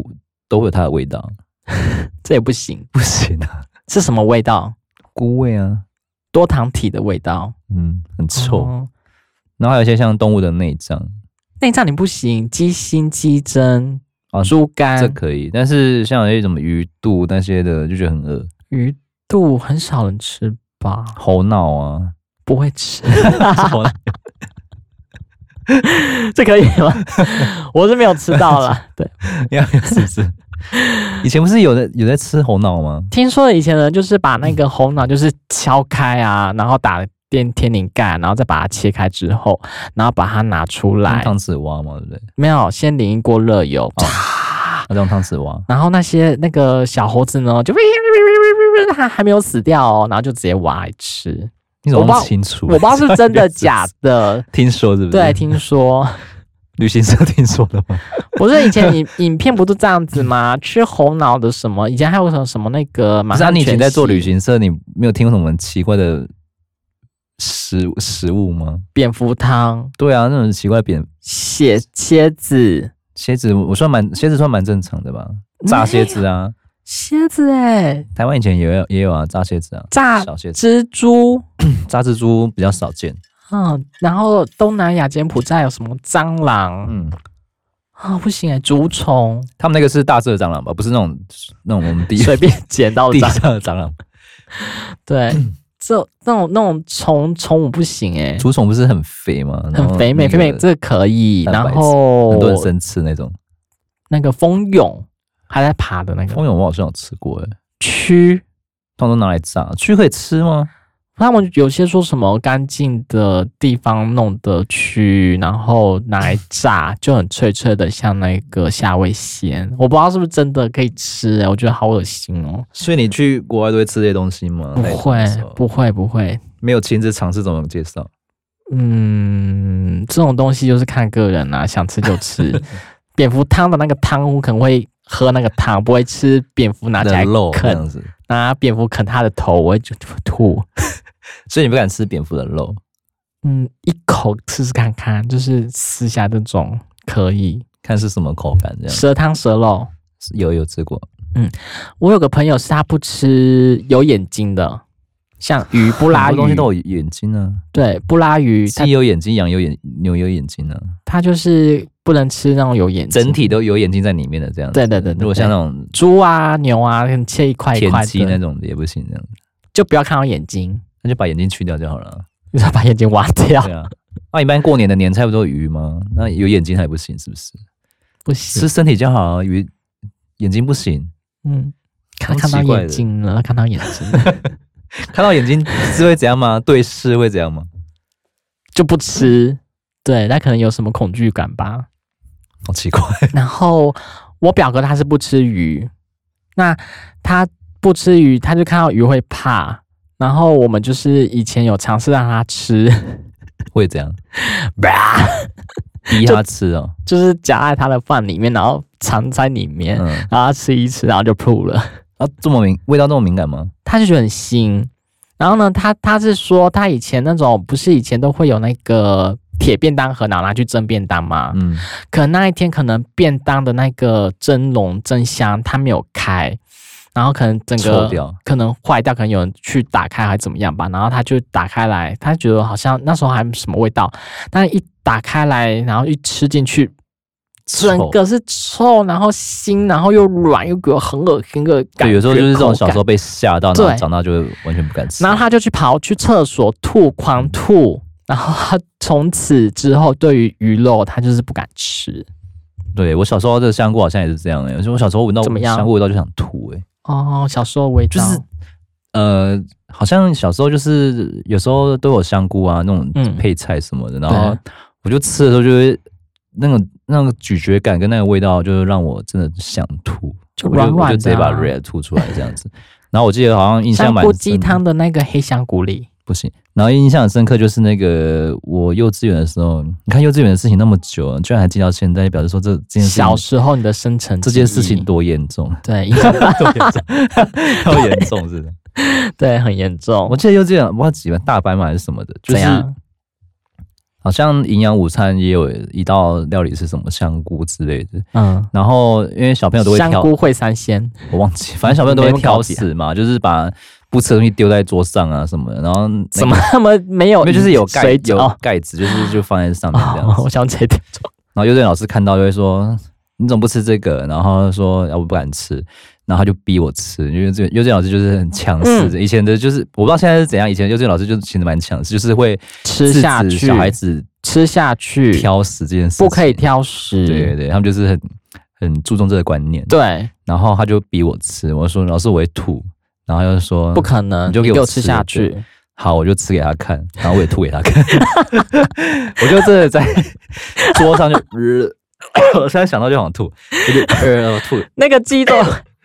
[SPEAKER 1] 都会有它的味道，
[SPEAKER 2] 这也不行。
[SPEAKER 1] 不行啊，
[SPEAKER 2] 是什么味道？
[SPEAKER 1] 菇味啊，
[SPEAKER 2] 多糖体的味道，
[SPEAKER 1] 嗯，很臭。
[SPEAKER 2] 哦
[SPEAKER 1] 然后还有一些像动物的内脏
[SPEAKER 2] 内脏你不行，鸡心、鸡胗、
[SPEAKER 1] 啊，
[SPEAKER 2] 猪肝、
[SPEAKER 1] 这可以，但是像有些什么鱼肚那些的，就觉得很恶。
[SPEAKER 2] 鱼肚很少人吃吧？
[SPEAKER 1] 猴脑啊，
[SPEAKER 2] 不会吃，
[SPEAKER 1] 猴脑
[SPEAKER 2] 这可以吗？ 我是没有吃到 啦。对，
[SPEAKER 1] 要是不是？以前不是有在有在吃猴脑吗？
[SPEAKER 2] 听说以前人就是把那个红脑就是敲开啊，然后打电天灵盖，然后再把它切开之后，然后把它拿出
[SPEAKER 1] 用
[SPEAKER 2] 来，
[SPEAKER 1] 汤匙挖嘛，对不对？
[SPEAKER 2] 没有先淋一锅热油。
[SPEAKER 1] 那用汤匙挖，
[SPEAKER 2] 然后那些那个小猴子呢， 就它还没有死掉哦，然后就直接挖来吃。
[SPEAKER 1] 你怎么
[SPEAKER 2] 我不
[SPEAKER 1] 那么
[SPEAKER 2] 知道
[SPEAKER 1] 清楚？
[SPEAKER 2] 我不知道是真 的
[SPEAKER 1] 到
[SPEAKER 2] 假
[SPEAKER 1] 底
[SPEAKER 2] 的，
[SPEAKER 1] 是， 听说是不是？
[SPEAKER 2] 对，听说。
[SPEAKER 1] 旅行社听说的吗？
[SPEAKER 2] 不是以前影影片不都这样子吗？ 吃猴脑的什么？以前还有什么什么那个
[SPEAKER 1] 不
[SPEAKER 2] 马
[SPEAKER 1] 是啊，
[SPEAKER 2] 上
[SPEAKER 1] 你以前在做旅
[SPEAKER 2] 旅
[SPEAKER 1] 行社，你没有听过什么奇怪的食食物吗？
[SPEAKER 2] 蝙蝠汤、
[SPEAKER 1] 对啊，那种奇怪的扁
[SPEAKER 2] 血蝎子、
[SPEAKER 1] 蝎子，我算蛮蝎子算蛮正常的吧？炸蝎子啊，
[SPEAKER 2] 蝎子哎、
[SPEAKER 1] 台湾以前也有也有啊，炸蝎子啊，
[SPEAKER 2] 炸
[SPEAKER 1] 小蝎子，
[SPEAKER 2] 蜘蛛，
[SPEAKER 1] 炸蜘蛛比较少见。
[SPEAKER 2] 嗯，然后东南亚、柬埔寨有什么蟑螂啊、
[SPEAKER 1] 嗯，
[SPEAKER 2] 不行哎、竹虫，
[SPEAKER 1] 他们那个是大只的蟑螂吧？不是那种那种我们地
[SPEAKER 2] 随便捡到的
[SPEAKER 1] 地
[SPEAKER 2] 蟑
[SPEAKER 1] 上
[SPEAKER 2] 螂，
[SPEAKER 1] 的蟑螂。
[SPEAKER 2] 对，这那种那种虫虫我不行哎、
[SPEAKER 1] 竹虫不是很肥吗？然后
[SPEAKER 2] 很肥美，
[SPEAKER 1] 那个
[SPEAKER 2] 肥美这个可以，
[SPEAKER 1] 蛋
[SPEAKER 2] 然
[SPEAKER 1] 白质
[SPEAKER 2] 后
[SPEAKER 1] 很多人生吃那种。
[SPEAKER 2] 那个蜂蛹还在爬的那个
[SPEAKER 1] 蜂蛹我好像有吃过诶，欸
[SPEAKER 2] 蛆，
[SPEAKER 1] 通常都拿来炸。蛆可以吃吗？
[SPEAKER 2] 他们有些说什么干净的地方弄的蛆，然后拿来炸，就很脆脆的，像那个夏威鲜。我不知道是不是真的可以吃、欸，我觉得好恶心哦、
[SPEAKER 1] 所以你去国外都会吃这些东西吗？
[SPEAKER 2] 不
[SPEAKER 1] 那一种
[SPEAKER 2] 会
[SPEAKER 1] 的时候，
[SPEAKER 2] 不会，不会。
[SPEAKER 1] 没有亲自尝试，怎么介绍？
[SPEAKER 2] 啊 嗯，这种东西就是看个人啦、想吃就吃。蝙蝠汤的那个汤，我可能会喝那个汤，不会吃蝙蝠拿起来
[SPEAKER 1] 的肉这
[SPEAKER 2] 啃，
[SPEAKER 1] 样子，
[SPEAKER 2] 拿蝙蝠啃它的头，我会就吐。
[SPEAKER 1] 所以你不敢吃蝙蝠的肉。
[SPEAKER 2] 嗯，一口试试看看，就是撕下这种可以
[SPEAKER 1] 看是什么口感，这样
[SPEAKER 2] 蛇汤蛇肉。
[SPEAKER 1] 有有吃过，
[SPEAKER 2] 我有个朋友是他不吃有眼睛的，像鱼不拉
[SPEAKER 1] 很
[SPEAKER 2] 鱼
[SPEAKER 1] 多东西都有眼睛啊，
[SPEAKER 2] 对不拉鱼，他
[SPEAKER 1] 鸡有眼睛，羊有眼，牛有眼睛啊，
[SPEAKER 2] 他就是不能吃那种有眼睛。
[SPEAKER 1] 整体都有眼睛在里面的这样子。
[SPEAKER 2] 对对对对
[SPEAKER 1] 如果像那种
[SPEAKER 2] 猪啊牛啊切一块一
[SPEAKER 1] 田
[SPEAKER 2] 块
[SPEAKER 1] 鸡那
[SPEAKER 2] 的，
[SPEAKER 1] 种的也不行，这样
[SPEAKER 2] 就不要看到眼睛，
[SPEAKER 1] 那就把眼睛去掉就好了。
[SPEAKER 2] 你知道把眼睛挖 掉
[SPEAKER 1] 对啊，那一般过年的年菜不都有鱼吗？那有眼睛还不行是不是？
[SPEAKER 2] 不行。
[SPEAKER 1] 吃身体就好啊，鱼眼睛不行，
[SPEAKER 2] 嗯，看
[SPEAKER 1] 蛮
[SPEAKER 2] 看
[SPEAKER 1] 奇
[SPEAKER 2] 到
[SPEAKER 1] 怪的
[SPEAKER 2] 眼睛了，看到眼睛了
[SPEAKER 1] 看到眼睛是会怎样吗？对视会怎样吗？
[SPEAKER 2] 就不吃。对，他可能有什么恐惧感吧。
[SPEAKER 1] 好奇怪，
[SPEAKER 2] 然后我表哥他是不吃鱼，那他不吃鱼，他就看到鱼会怕。然后我们就是以前有尝试让他吃，
[SPEAKER 1] 会怎样？逼他吃哦，
[SPEAKER 2] 啊就是夹在他的饭里面，然后藏在里面，
[SPEAKER 1] 嗯，
[SPEAKER 2] 然后他吃一吃，然后就吐了。
[SPEAKER 1] 啊，这么敏味道这么敏感吗？
[SPEAKER 2] 他就觉得很腥。然后呢，他他是说他以前那种不是以前都会有那个铁便当盒，然后拿去蒸便当吗？
[SPEAKER 1] 嗯，
[SPEAKER 2] 可能那一天可能便当的那个蒸笼蒸箱它没有开，然后可能整
[SPEAKER 1] 臭
[SPEAKER 2] 个
[SPEAKER 1] 掉，
[SPEAKER 2] 可能坏掉，可能有人去打开还是怎么样吧，然后他就打开来，他觉得好像那时候还什么味道，但一打开来，然后一吃进去，整
[SPEAKER 1] 臭
[SPEAKER 2] 个是臭，然后腥，然后又软又给我很恶心的感
[SPEAKER 1] 对，
[SPEAKER 2] 觉，
[SPEAKER 1] 有时候就是这种小时
[SPEAKER 2] 口
[SPEAKER 1] 候
[SPEAKER 2] 感。
[SPEAKER 1] 被吓到，然后
[SPEAKER 2] 对
[SPEAKER 1] 长大就会完全不敢吃。
[SPEAKER 2] 然后他就去跑去厕所吐，狂吐，然后他从此之后对于鱼肉他就是不敢吃
[SPEAKER 1] 对我小时候这个香菇好像也是这样哎、欸，就我小时候闻到
[SPEAKER 2] 怎么样
[SPEAKER 1] 香菇味道就想吐哎、
[SPEAKER 2] 哦，小时候味道
[SPEAKER 1] 就是呃，好像小时候就是有时候都有香菇啊那种
[SPEAKER 2] 嗯
[SPEAKER 1] 配菜什么的，然
[SPEAKER 2] 对
[SPEAKER 1] 后我就吃的时候就会那种那个咀嚼感跟那个味道，就是让我真的想吐，
[SPEAKER 2] 就
[SPEAKER 1] 我就
[SPEAKER 2] 软软的啊
[SPEAKER 1] 我就直接把 red 吐出来这 样子。然后我记得好像印象
[SPEAKER 2] 香
[SPEAKER 1] 蛮
[SPEAKER 2] 菇
[SPEAKER 1] 深
[SPEAKER 2] 鸡汤的那个黑香菇粒，
[SPEAKER 1] 不行。然后印象很深刻就是那个我幼稚园的时候，你看幼稚园的事情那么久，居然还记到现在，表示说这这件事情
[SPEAKER 2] 小时候你的深层
[SPEAKER 1] 这
[SPEAKER 2] 记忆
[SPEAKER 1] 件事情多严重，
[SPEAKER 2] 对影响
[SPEAKER 1] 多严重，多严重是的。
[SPEAKER 2] 对很严重
[SPEAKER 1] 我，记得幼稚园我记得大白马还是什么的，就
[SPEAKER 2] 怎
[SPEAKER 1] 是
[SPEAKER 2] 样？
[SPEAKER 1] 好像营养午餐也有一道料理是什么香菇之类的。
[SPEAKER 2] 嗯，
[SPEAKER 1] 然后因为小朋友都会
[SPEAKER 2] 香
[SPEAKER 1] 挑，
[SPEAKER 2] 菇烩三鲜，
[SPEAKER 1] 我忘记，反正小朋友都
[SPEAKER 2] 没
[SPEAKER 1] 会
[SPEAKER 2] 那么
[SPEAKER 1] 挑
[SPEAKER 2] 高级啊
[SPEAKER 1] 食嘛，就是把不吃的东西丢在桌上啊什么的，然后那个
[SPEAKER 2] 怎么那么没有
[SPEAKER 1] 因为就是有盖
[SPEAKER 2] 水准
[SPEAKER 1] 有
[SPEAKER 2] 哦
[SPEAKER 1] 盖子，就是就放在上面这样
[SPEAKER 2] 哦，
[SPEAKER 1] 子
[SPEAKER 2] 我。想起来点钟，
[SPEAKER 1] 然后幼稚园老师看到就会说：“你怎么不吃这个？”然后他说：“啊，我不敢吃。”然后他就逼我吃，因为这幼稚园老师就是很强势
[SPEAKER 2] 嗯
[SPEAKER 1] 的。以前的就是我不知道现在是怎样，以前幼稚园老师就是其实蛮强势，就是会
[SPEAKER 2] 吃下
[SPEAKER 1] 制止
[SPEAKER 2] 去，
[SPEAKER 1] 小孩子
[SPEAKER 2] 吃下去，
[SPEAKER 1] 挑食这件事情，
[SPEAKER 2] 不可以挑食，
[SPEAKER 1] 对嗯对对，他们就是很很注重这个观念。
[SPEAKER 2] 对
[SPEAKER 1] 然后他就逼我吃，我说老师我会吐，然后他就说
[SPEAKER 2] 不可能，
[SPEAKER 1] 你就给
[SPEAKER 2] 给
[SPEAKER 1] 我
[SPEAKER 2] 我吃
[SPEAKER 1] 吃
[SPEAKER 2] 下
[SPEAKER 1] 对
[SPEAKER 2] 去，
[SPEAKER 1] 好，我就吃给他看，然后我也吐给他看， 我就真的 在桌上就，呃、我现在想到就想吐，我就呃吐，
[SPEAKER 2] 那个激动，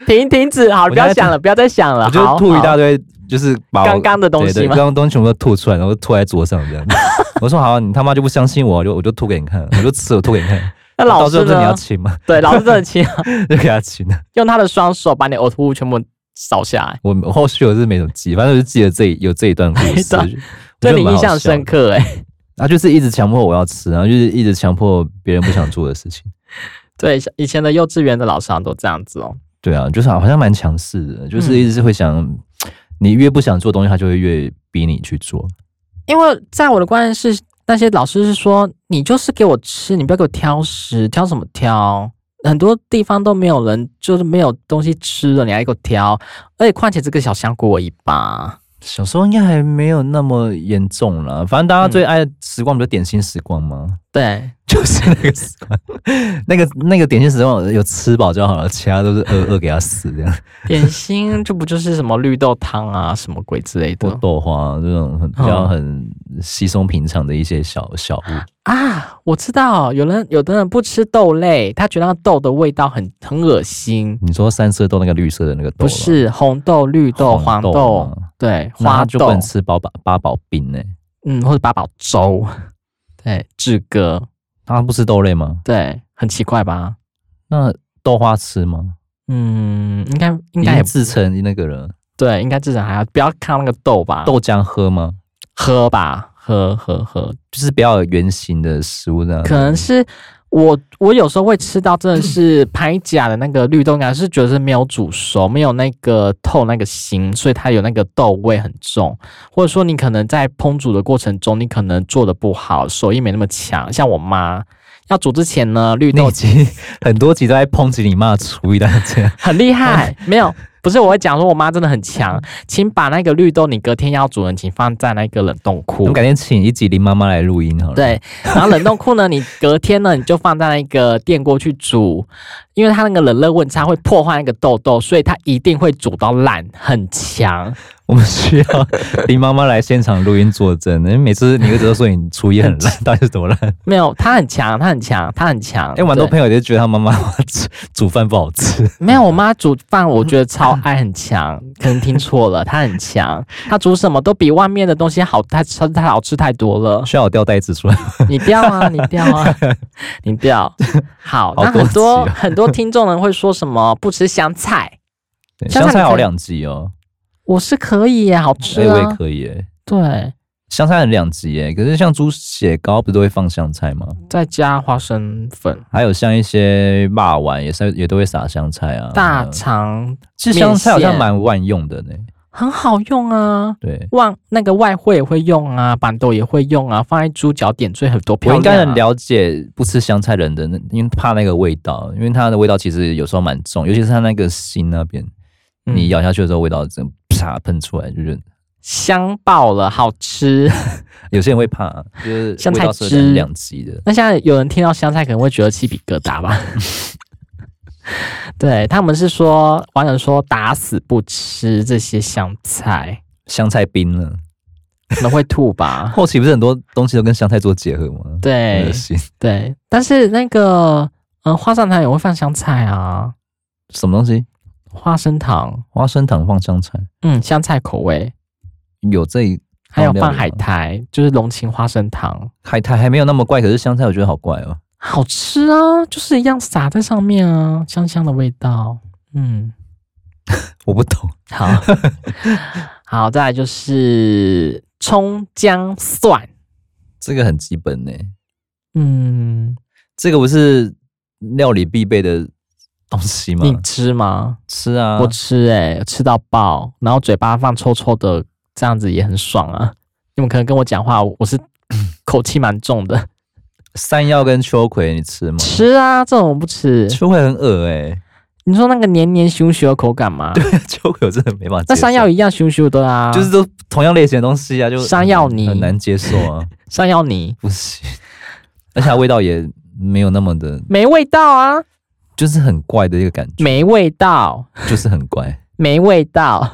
[SPEAKER 2] 停停止，好，
[SPEAKER 1] 我
[SPEAKER 2] 不要
[SPEAKER 1] 现在
[SPEAKER 2] 想了，不要再想了，
[SPEAKER 1] 我就
[SPEAKER 2] 好
[SPEAKER 1] 吐一大
[SPEAKER 2] 好
[SPEAKER 1] 堆，就是把我
[SPEAKER 2] 刚刚的东
[SPEAKER 1] 对
[SPEAKER 2] 西
[SPEAKER 1] 对
[SPEAKER 2] 吗
[SPEAKER 1] 刚？刚东西全部都吐出来，然后吐在桌上这样子。我说好，你他妈就不相信我，我就我就吐给你看，我就吃，我吐给你看。
[SPEAKER 2] 那
[SPEAKER 1] 到
[SPEAKER 2] 老
[SPEAKER 1] 最后不
[SPEAKER 2] 师
[SPEAKER 1] 是你要
[SPEAKER 2] 呢？
[SPEAKER 1] 亲吗？
[SPEAKER 2] 对，老师真的亲，
[SPEAKER 1] 就给他亲了。
[SPEAKER 2] 用他的双手把你呕吐物全部扫下来，
[SPEAKER 1] 我我后续我是没怎么记，反正我就记得这一有这一段故事 对
[SPEAKER 2] 对，对你印象深。刻哎、
[SPEAKER 1] 他就是一直强迫我要吃，然后就是一直强迫别人不想做的事情。
[SPEAKER 2] 对，以前的幼稚园的老师好像都这样子哦。
[SPEAKER 1] 对啊，就是好像蛮强势
[SPEAKER 2] 嗯
[SPEAKER 1] 的，就是一直是会想，你越不想做东西，他就会越逼你去做。
[SPEAKER 2] 因为在我的观念是，那些老师是说，你就是给我吃，你不要给我挑食，挑什么挑？很多地方都没有人，就是没有东西吃了，你还给我挑，而且况且这个小香菇而已吧。
[SPEAKER 1] 小时候应该还没有那么严重啦，反正大家最爱的时光不就点心时光吗？
[SPEAKER 2] 嗯对，
[SPEAKER 1] 就是那个时光， 那个那个点心时光有吃饱就好了，其他都是饿饿给他死这样。
[SPEAKER 2] 点心这不就是什么绿豆汤啊，什么鬼之类
[SPEAKER 1] 或
[SPEAKER 2] 的
[SPEAKER 1] 豆花这种很比较
[SPEAKER 2] 嗯
[SPEAKER 1] 很稀松平常的一些小小物。
[SPEAKER 2] 啊？我知道，有人有的人不吃豆类，他觉得那豆的味道很很恶心。
[SPEAKER 1] 你说三色豆那个绿色的那个豆
[SPEAKER 2] 不
[SPEAKER 1] 吗
[SPEAKER 2] 是红豆、绿豆、黄豆，
[SPEAKER 1] 吗
[SPEAKER 2] 对，
[SPEAKER 1] 那
[SPEAKER 2] 花
[SPEAKER 1] 他就不
[SPEAKER 2] 豆
[SPEAKER 1] 能，吃八宝八宝冰呢、
[SPEAKER 2] 嗯，或者八宝粥，对，志哥，
[SPEAKER 1] 他不吃豆类吗？
[SPEAKER 2] 对，很奇怪吧？
[SPEAKER 1] 那豆花吃吗？
[SPEAKER 2] 嗯，应该应
[SPEAKER 1] 已
[SPEAKER 2] 该也
[SPEAKER 1] 经制
[SPEAKER 2] 不
[SPEAKER 1] 成那个了，
[SPEAKER 2] 对，应该至少还要不要看到那个豆吧，
[SPEAKER 1] 豆浆喝吗？
[SPEAKER 2] 喝吧，喝喝喝，
[SPEAKER 1] 就是比较有圆形的食物那样子。
[SPEAKER 2] 可能是我我有时候会吃到真的是拍甲的那个绿豆芽，是觉得是没有煮熟，没有那个透那个心，所以它有那个豆味很重，或者说你可能在烹煮的过程中，你可能做的不好，手艺没那么强，像我妈。要煮之前呢，绿
[SPEAKER 1] 那
[SPEAKER 2] 豆
[SPEAKER 1] 已经很多集都在抨击你妈的厨艺，但是 这样
[SPEAKER 2] 很厉害，哦没有，不是我会讲说，我妈真的很强，请把那个绿豆，你隔天要煮的，请放在那个冷冻
[SPEAKER 1] 我
[SPEAKER 2] 库
[SPEAKER 1] 们。改天请一集林妈妈来录音好了。，
[SPEAKER 2] 对，然后冷冻库呢，你隔天呢，你就放在那个电锅去煮，因为它那个冷热温差会破坏那个豆豆，所以它一定会煮到烂，很强，
[SPEAKER 1] 我们需要林妈妈来现场录音作证，因为每次你儿子都说你厨艺很 烂，到底是怎么烂？
[SPEAKER 2] 没有，它很强，它很强，它很强。
[SPEAKER 1] 因为哎蛮多
[SPEAKER 2] 啊对
[SPEAKER 1] 朋友就觉得他妈妈 煮煮饭不好吃，
[SPEAKER 2] 没有，我妈煮饭我觉得超爱很强，可能听错了，她很强，她煮什么都比外面的东西好，她吃她好吃太多了。
[SPEAKER 1] 需要我掉袋子出来。
[SPEAKER 2] 你掉啊，你掉啊， 你掉。好，
[SPEAKER 1] 好
[SPEAKER 2] 那
[SPEAKER 1] 多
[SPEAKER 2] 很多
[SPEAKER 1] 集啊
[SPEAKER 2] 很多听众人会说什么不吃香菜，
[SPEAKER 1] 对
[SPEAKER 2] 香
[SPEAKER 1] 香
[SPEAKER 2] 菜
[SPEAKER 1] 菜
[SPEAKER 2] 你可以
[SPEAKER 1] 好两集哦，
[SPEAKER 2] 我是可以耶，好吃
[SPEAKER 1] 所以我也
[SPEAKER 2] 啊。
[SPEAKER 1] 可以耶。
[SPEAKER 2] 对，
[SPEAKER 1] 香菜很两集耶，可是像猪血糕不是都会放香菜吗？
[SPEAKER 2] 再加花生粉、
[SPEAKER 1] 还有像一些霸丸也是也都会撒香菜啊。
[SPEAKER 2] 大
[SPEAKER 1] 嗯
[SPEAKER 2] 肠，
[SPEAKER 1] 其实香菜好
[SPEAKER 2] 面线
[SPEAKER 1] 像蛮万用的呢。
[SPEAKER 2] 很好用啊。
[SPEAKER 1] 对，
[SPEAKER 2] 外那个外汇也会用啊，板豆也会用啊，放在猪脚点缀很多
[SPEAKER 1] 我
[SPEAKER 2] 漂
[SPEAKER 1] 应
[SPEAKER 2] 亮、
[SPEAKER 1] 该
[SPEAKER 2] 啊。
[SPEAKER 1] 很了解不吃香菜人的那，因为怕那个味道，因为它的味道其实有时候蛮重，尤其是它那个心那边，
[SPEAKER 2] 嗯
[SPEAKER 1] 你咬下去的时候味道真的啪喷出来，就是
[SPEAKER 2] 香爆了，好吃。
[SPEAKER 1] 有些人会怕，就是
[SPEAKER 2] 香
[SPEAKER 1] 味
[SPEAKER 2] 菜
[SPEAKER 1] 道是
[SPEAKER 2] 汁
[SPEAKER 1] 很两极的。
[SPEAKER 2] 那现在有人听到香菜可能会觉得起鸡皮疙瘩吧？ 对他们是说，网友说打死不吃这些香菜，
[SPEAKER 1] 香菜冰了，
[SPEAKER 2] 可能会吐 吧？
[SPEAKER 1] 后期不是很多东西都跟香菜做结合吗？很
[SPEAKER 2] 对
[SPEAKER 1] 恶心，
[SPEAKER 2] 对，但是那个呃，花生糖也会放香菜啊，
[SPEAKER 1] 什么东西？
[SPEAKER 2] 花生糖，
[SPEAKER 1] 花生糖放香菜，
[SPEAKER 2] 嗯，香菜口味，
[SPEAKER 1] 有这一
[SPEAKER 2] 还有
[SPEAKER 1] 放料
[SPEAKER 2] 放
[SPEAKER 1] 理
[SPEAKER 2] 海
[SPEAKER 1] 吗
[SPEAKER 2] 苔，就是龙芹花生糖，
[SPEAKER 1] 海苔还没有那么怪，可是香菜我觉得好怪哦。
[SPEAKER 2] 好吃啊，就是一样撒在上面啊，香香的味道，嗯。
[SPEAKER 1] 我不懂，
[SPEAKER 2] 好， 好，再来就是葱姜蒜。
[SPEAKER 1] 这个很基本呢、
[SPEAKER 2] 嗯，
[SPEAKER 1] 这个不是料理必备的东西吗？
[SPEAKER 2] 你吃吗？
[SPEAKER 1] 吃啊，
[SPEAKER 2] 我吃哎、吃到爆，然后嘴巴放臭臭的，这样子也很爽啊。你们可能跟我讲话，我是
[SPEAKER 1] 嗯
[SPEAKER 2] 口气蛮重
[SPEAKER 1] 哦
[SPEAKER 2] 的。
[SPEAKER 1] 山药跟秋葵你吃吗？
[SPEAKER 2] 吃啊，这种我不吃。
[SPEAKER 1] 秋葵很恶哎、
[SPEAKER 2] 你说那个黏黏咻咻的口感吗？
[SPEAKER 1] 秋葵我真的没办法接受。
[SPEAKER 2] 那山药一样咻咻的啊，
[SPEAKER 1] 就是都同样类型的东西啊，就
[SPEAKER 2] 山药泥
[SPEAKER 1] 很难接受 啊，
[SPEAKER 2] 山药泥，
[SPEAKER 1] 不行，而且它味道也没有那么的，
[SPEAKER 2] 没味道啊，
[SPEAKER 1] 就是很怪的一个感觉，
[SPEAKER 2] 没味道。
[SPEAKER 1] 就是很怪。
[SPEAKER 2] 没味道。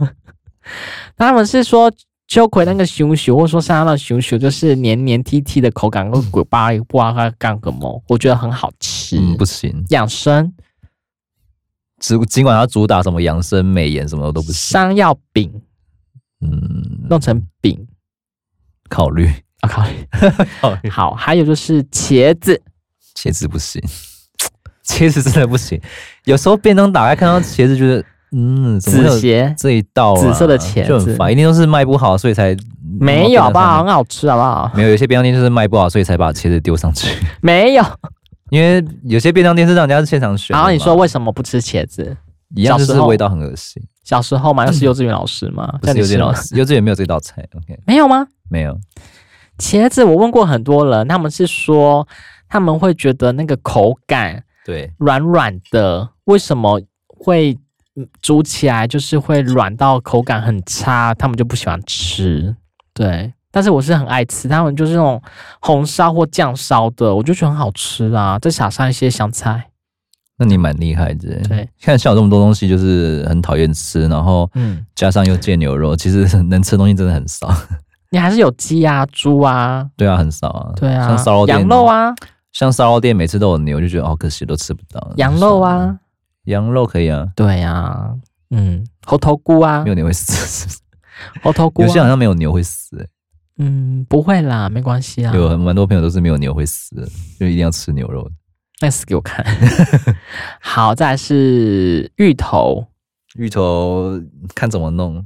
[SPEAKER 2] 他们是说秋葵那个熊熊，或者说山药那个熊熊，就是黏黏 T T 的口感，跟鬼巴里不知道它干什么，我觉得很好吃。
[SPEAKER 1] 嗯，不行，
[SPEAKER 2] 养生
[SPEAKER 1] 只尽管它主打什么养生美颜什么我都不行。
[SPEAKER 2] 山药饼
[SPEAKER 1] 嗯，
[SPEAKER 2] 弄成饼，
[SPEAKER 1] 考虑
[SPEAKER 2] 我、靠！
[SPEAKER 1] 考虑，
[SPEAKER 2] 好，还有就是茄子，
[SPEAKER 1] 茄子不行， 茄子真的不行。有时候便当打开看到茄子，觉得嗯，怎么会有
[SPEAKER 2] 紫茄
[SPEAKER 1] 这一道、啊、
[SPEAKER 2] 紫色的茄子
[SPEAKER 1] 就很烦，一定都是卖不好，所以才
[SPEAKER 2] 没有吧？
[SPEAKER 1] 吧？
[SPEAKER 2] 很好吃，好不好？
[SPEAKER 1] 没有，有些便当店就是卖不好，所以才把茄子丢上去。
[SPEAKER 2] 没有。
[SPEAKER 1] 因为有些便当店是让人家现场选的
[SPEAKER 2] 然
[SPEAKER 1] 嘛，
[SPEAKER 2] 后你说为什么不吃茄子？
[SPEAKER 1] 一样就
[SPEAKER 2] 小
[SPEAKER 1] 是
[SPEAKER 2] 时候
[SPEAKER 1] 味道很恶心，
[SPEAKER 2] 小时候嘛，又是幼稚园老师嘛，
[SPEAKER 1] 嗯不是
[SPEAKER 2] 叫你
[SPEAKER 1] 幼稚
[SPEAKER 2] 吃
[SPEAKER 1] 园老
[SPEAKER 2] 吗
[SPEAKER 1] 师，幼稚园没有这道菜，OK，
[SPEAKER 2] 没有吗？
[SPEAKER 1] 没有，
[SPEAKER 2] 茄子我问过很多人，他们是说他们会觉得那个口感
[SPEAKER 1] 对，
[SPEAKER 2] 软软的，为什么会嗯煮起来就是会软到口感很差，他们就不喜欢吃。对，但是我是很爱吃，他们就是那种红烧或酱烧的，我就觉得很好吃啊，再撒上一些香菜。
[SPEAKER 1] 那你蛮厉害的。
[SPEAKER 2] 对，
[SPEAKER 1] 看像有这么多东西，就是很讨厌吃，然后
[SPEAKER 2] 嗯，
[SPEAKER 1] 加上又戒牛肉，其实能吃的东西真的很少。
[SPEAKER 2] 你还是有鸡啊、猪啊，
[SPEAKER 1] 对啊，很少啊。
[SPEAKER 2] 对啊
[SPEAKER 1] 像烧肉，店
[SPEAKER 2] 羊肉，啊，
[SPEAKER 1] 像烧肉店每次都有牛，就觉得哦好可惜都吃不到。
[SPEAKER 2] 羊肉，啊，
[SPEAKER 1] 羊肉可以啊，
[SPEAKER 2] 对啊，嗯，猴头菇啊
[SPEAKER 1] 没，有牛会死。
[SPEAKER 2] 猴头菇、
[SPEAKER 1] 有些好
[SPEAKER 2] 啊，
[SPEAKER 1] 像没有牛会死、欸
[SPEAKER 2] 嗯，不会啦，没关系啦。
[SPEAKER 1] 有蛮多朋友都是没有牛会死的，就一定要吃牛肉。
[SPEAKER 2] 那死给我看。 好，再来是芋头
[SPEAKER 1] 芋头看怎么弄，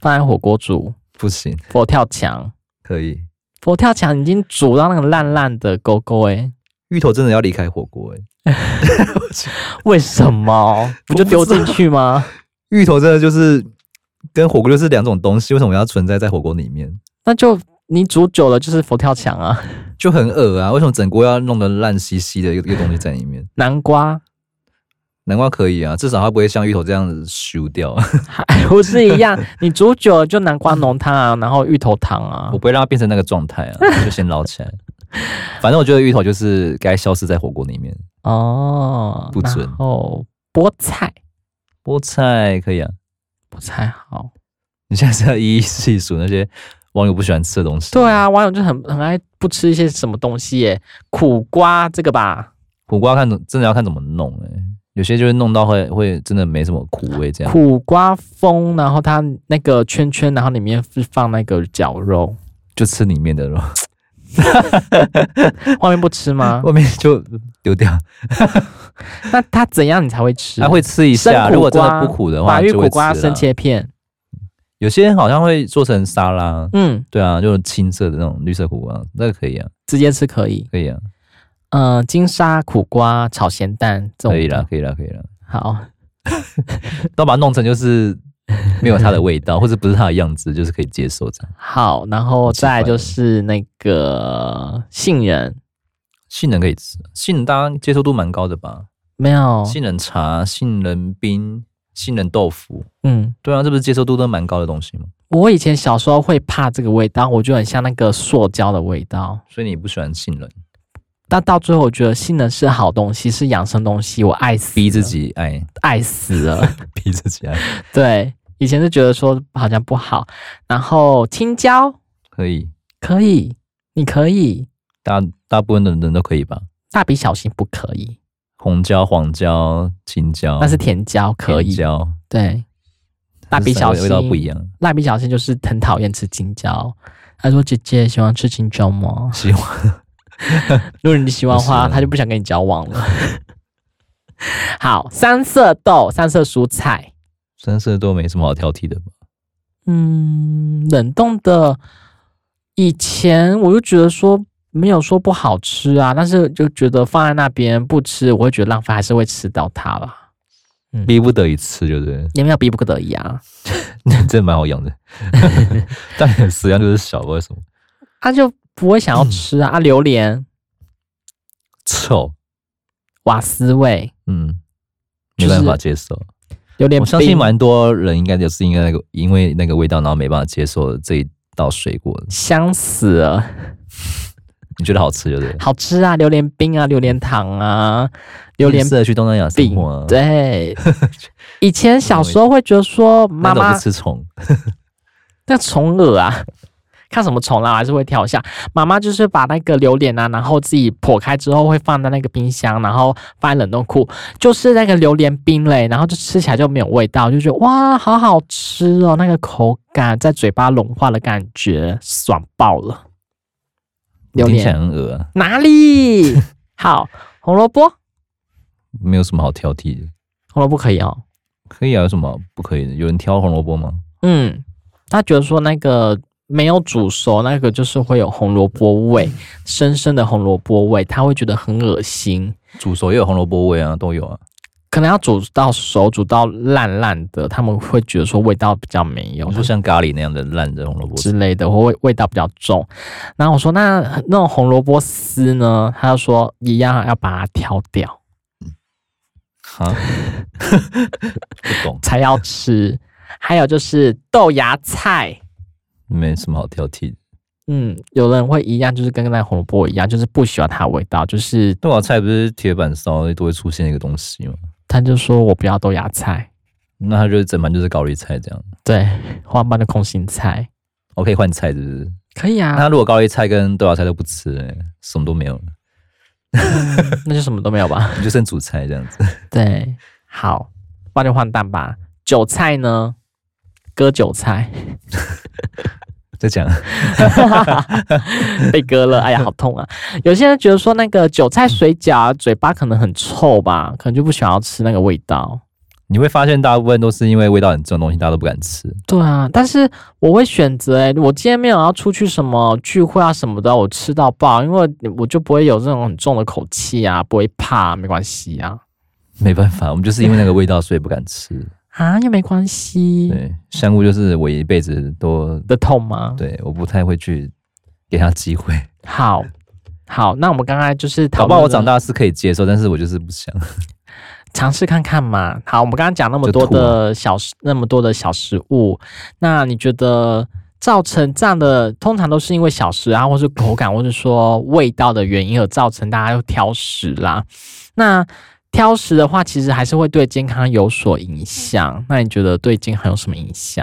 [SPEAKER 2] 放在火锅煮，
[SPEAKER 1] 不行，
[SPEAKER 2] 佛跳墙，
[SPEAKER 1] 可以。
[SPEAKER 2] 佛跳墙已经煮到那个烂烂的勾勾哎、
[SPEAKER 1] 芋头真的要离开火锅哎、
[SPEAKER 2] 为 什么不就丢进去吗？
[SPEAKER 1] 啊芋头真的就是跟火锅就是两种东西，为什么要存在在火锅里面？
[SPEAKER 2] 那就你煮久了就是佛跳墙啊，
[SPEAKER 1] 就很恶啊！为什么整锅要弄得烂兮兮的一个一个东西在里 面？
[SPEAKER 2] 南瓜
[SPEAKER 1] 南瓜可以啊，至少它不会像芋头这样子熟掉，啊
[SPEAKER 2] 还不是一 样，你煮久了就南瓜浓汤啊，然后芋头汤啊
[SPEAKER 1] 我，不会让它变成那个状态啊， 就先捞起来。反正我觉得芋头就是该消失在火锅里面。
[SPEAKER 2] 哦，
[SPEAKER 1] 不准
[SPEAKER 2] 然后菠菜，
[SPEAKER 1] 菠菜可以啊，
[SPEAKER 2] 菠菜好。
[SPEAKER 1] 你现在是要一一细数那些网友不喜欢吃的东西。
[SPEAKER 2] 对，啊，网友就很很爱不吃一些什么东西耶，苦瓜这个吧，
[SPEAKER 1] 苦瓜看怎真的要看怎么弄哎、有些就是弄到会会真的没什么苦味这样。
[SPEAKER 2] 苦瓜风，然后它那个圈圈，然后里面是放那个 绞肉，
[SPEAKER 1] 就吃里面的肉，
[SPEAKER 2] 啊外面不吃吗？
[SPEAKER 1] 外面就丢掉。
[SPEAKER 2] 那它怎样你才会吃？
[SPEAKER 1] 他会吃一
[SPEAKER 2] 生苦
[SPEAKER 1] 下，
[SPEAKER 2] 瓜
[SPEAKER 1] 如果真的不苦的话，
[SPEAKER 2] 把玉
[SPEAKER 1] 就
[SPEAKER 2] 苦
[SPEAKER 1] 会吃啊
[SPEAKER 2] 瓜
[SPEAKER 1] 啦
[SPEAKER 2] 生切片，
[SPEAKER 1] 有些人好像会做成沙拉，
[SPEAKER 2] 嗯，
[SPEAKER 1] 对啊，就是青色的那种绿色苦瓜，那个可以啊，
[SPEAKER 2] 直接吃可以。
[SPEAKER 1] 可以啊，
[SPEAKER 2] 嗯、金沙苦瓜炒咸蛋这种
[SPEAKER 1] 可以啦
[SPEAKER 2] 的，，
[SPEAKER 1] 可以啦，可以啦，
[SPEAKER 2] 好，
[SPEAKER 1] 都把它弄成就是没有它的味 道，或者不是它的样子，就是可以接受这样。
[SPEAKER 2] 好，然后
[SPEAKER 1] 好奇怪
[SPEAKER 2] 再来就
[SPEAKER 1] 哦
[SPEAKER 2] 是那个杏仁，
[SPEAKER 1] 杏仁可以吃，杏仁大家接受度蛮高的吧？
[SPEAKER 2] 没有，
[SPEAKER 1] 杏仁茶、杏仁冰、杏仁豆腐，
[SPEAKER 2] 嗯，
[SPEAKER 1] 对啊，这不是接受度都蛮高的东西吗？
[SPEAKER 2] 我以前小时候会怕这个味道，我就很像那个塑胶的味道。
[SPEAKER 1] 所以你不喜欢杏仁，
[SPEAKER 2] 但到最后，我觉得性能是好东西，是养生东西，我爱死，
[SPEAKER 1] 逼自，己
[SPEAKER 2] 啊
[SPEAKER 1] 爱，
[SPEAKER 2] 爱死了。
[SPEAKER 1] 逼自己爱，
[SPEAKER 2] 对，以前是觉得说好像不好，然后青椒
[SPEAKER 1] 可以，
[SPEAKER 2] 可以，你可以，
[SPEAKER 1] 大大部分的人都可以吧？
[SPEAKER 2] 蜡笔小新不可以，
[SPEAKER 1] 红椒、黄椒、青椒，
[SPEAKER 2] 但是甜椒可
[SPEAKER 1] 哦甜
[SPEAKER 2] 以。
[SPEAKER 1] 椒，
[SPEAKER 2] 对，蜡笔小新
[SPEAKER 1] 味道不一样，
[SPEAKER 2] 蜡笔小新就是很讨厌吃青椒。他说：“姐姐喜欢吃青椒吗
[SPEAKER 1] 喜欢？”
[SPEAKER 2] 如果你喜欢的
[SPEAKER 1] 不
[SPEAKER 2] 话，
[SPEAKER 1] 是啊
[SPEAKER 2] 他就不想跟你交往了。 好，三色豆、三色蔬菜，
[SPEAKER 1] 三色豆没什么好挑剔的吧？
[SPEAKER 2] 嗯，冷冻的，以前我就觉得说没有说不好吃啊，但是就觉得放在那边不吃，我会觉得浪费，还是会吃到它吧，
[SPEAKER 1] 逼不得已吃，对不对？
[SPEAKER 2] 也没有逼不得已啊。
[SPEAKER 1] 真蛮好养 的，但很食量就是小，不知道为什么
[SPEAKER 2] 他、就不会
[SPEAKER 1] 嗯
[SPEAKER 2] 想要吃啊，啊，榴莲、
[SPEAKER 1] 臭，
[SPEAKER 2] 瓦斯味、
[SPEAKER 1] 嗯，
[SPEAKER 2] 就
[SPEAKER 1] 没
[SPEAKER 2] 是
[SPEAKER 1] 办法接受。
[SPEAKER 2] 榴莲
[SPEAKER 1] 我
[SPEAKER 2] 冰，
[SPEAKER 1] 相信蛮多人应该就是因为那个因为那个味道，然后没办法接受这一道水果的。
[SPEAKER 2] 香死了，
[SPEAKER 1] 你觉得好吃，对不对？
[SPEAKER 2] 好吃啊，榴莲冰啊，榴莲糖啊，榴莲
[SPEAKER 1] 你适合去东南亚生
[SPEAKER 2] 饼
[SPEAKER 1] 活啊，，
[SPEAKER 2] 对。以前小时候会觉得说
[SPEAKER 1] 妈
[SPEAKER 2] 妈
[SPEAKER 1] 妈
[SPEAKER 2] 妈
[SPEAKER 1] 不吃虫，
[SPEAKER 2] 那虫蛾啊， 看什么虫啦、我还是会跳一下。妈妈就是把那个榴莲啊，然后自己剖开之后会放在那个冰箱，然后放在冷冻库，就是那个榴莲冰嘞，然后就吃起来就没有味道，就觉得哇，好好吃哦，那个口感在嘴巴融化的感觉，爽爆了。榴
[SPEAKER 1] 听起来
[SPEAKER 2] 莲
[SPEAKER 1] 很恶啊，
[SPEAKER 2] 哪里 好？红萝卜，
[SPEAKER 1] 没有什么好挑剔的。
[SPEAKER 2] 红萝卜可以哦。
[SPEAKER 1] 可以啊，有什么不可以的？有人挑红萝卜吗？
[SPEAKER 2] 嗯，他觉得说那个没有煮熟，那个就是会有红萝卜味，深深的红萝卜味，他会觉得很恶心。
[SPEAKER 1] 煮熟也有红萝卜味啊，都有啊。
[SPEAKER 2] 可能要煮到熟，煮到烂烂的，他们会觉得说味道比较没有啊
[SPEAKER 1] 你说像咖喱那样的烂的红萝卜，
[SPEAKER 2] 之类的，或味味道比较重。然后我说那那种红萝卜丝呢，他就说一样要把它挑掉
[SPEAKER 1] 哈， 不懂，
[SPEAKER 2] 才要吃。还有就是豆芽菜，
[SPEAKER 1] 没什么好挑剔的。
[SPEAKER 2] 嗯，有人会一样，就是跟那红萝卜一样，就是不喜欢它的味道，就是
[SPEAKER 1] 豆芽菜不是铁板烧都会出现一个东西吗？
[SPEAKER 2] 他就说我不要豆芽菜，
[SPEAKER 1] 那它就是整盘就是高丽菜这样。
[SPEAKER 2] 对，花瓣的空心菜
[SPEAKER 1] 我可以换菜，是不是？
[SPEAKER 2] 可以
[SPEAKER 1] 那
[SPEAKER 2] 啊，
[SPEAKER 1] 它如果高丽菜跟豆芽菜都不吃、欸，什么都没有了，
[SPEAKER 2] 那就什么都没有吧。
[SPEAKER 1] 你就剩主菜这样子。
[SPEAKER 2] 对，好，不然就换蛋吧。韭菜呢？割韭菜，
[SPEAKER 1] 再讲，
[SPEAKER 2] 被割了，哎呀，好痛啊！有些人觉得说那个韭菜水饺啊嘴巴可能很臭吧，可能就不想要吃那个味道。
[SPEAKER 1] 你会发现大部分都是因为味道很重的东西，大家都不敢吃。
[SPEAKER 2] 对啊，但是我会选择哎、我今天没有要出去什么聚会啊什么的，我吃到爆，因为我就不会有这种很重的口气啊，不会怕、没关系啊，
[SPEAKER 1] 没办法，我们就是因为那个味道，所以不敢吃。
[SPEAKER 2] 啊又没关系
[SPEAKER 1] 对，香菇就是我一辈子都
[SPEAKER 2] 的痛吗？
[SPEAKER 1] 对，我不太会去给他机会。
[SPEAKER 2] 好，好，那我们刚才就是
[SPEAKER 1] 搞
[SPEAKER 2] 讨
[SPEAKER 1] 不
[SPEAKER 2] 论
[SPEAKER 1] 好
[SPEAKER 2] 了，
[SPEAKER 1] 我长大是可以接受，但是我就是不想。
[SPEAKER 2] 尝试看看嘛。好，我们刚刚讲那么多
[SPEAKER 1] 就吐
[SPEAKER 2] 的小食，那么多的小食物，那你觉得造成这样的，通常都是因为小食啊，或是口感，或是说味道的原因而造成大家又挑食啦。那挑食的话，其实还是会对健康有所影响。那你觉得对健康有什么影响？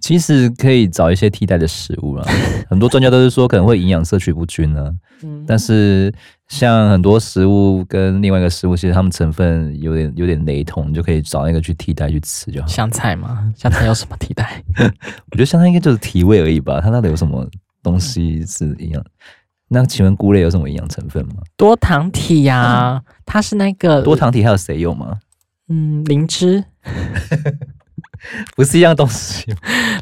[SPEAKER 1] 其实可以找一些替代的食 物啦。很多专家都是说可能会营养摄取不均啊，
[SPEAKER 2] 嗯，
[SPEAKER 1] 但是像很多食物跟另外一个食物，其实它们成分有点有点雷同，你就可以找那个去替代去吃就好。
[SPEAKER 2] 香菜吗？香菜有什么替代？
[SPEAKER 1] 我觉得香菜应该就是提味而已吧，它到底有什么东西是营养？ 那请问菇类有什么营养成分吗？
[SPEAKER 2] 多糖体呀、它是那个
[SPEAKER 1] 多糖体还有谁有吗？
[SPEAKER 2] 嗯灵芝。
[SPEAKER 1] 不是一样东西 吗，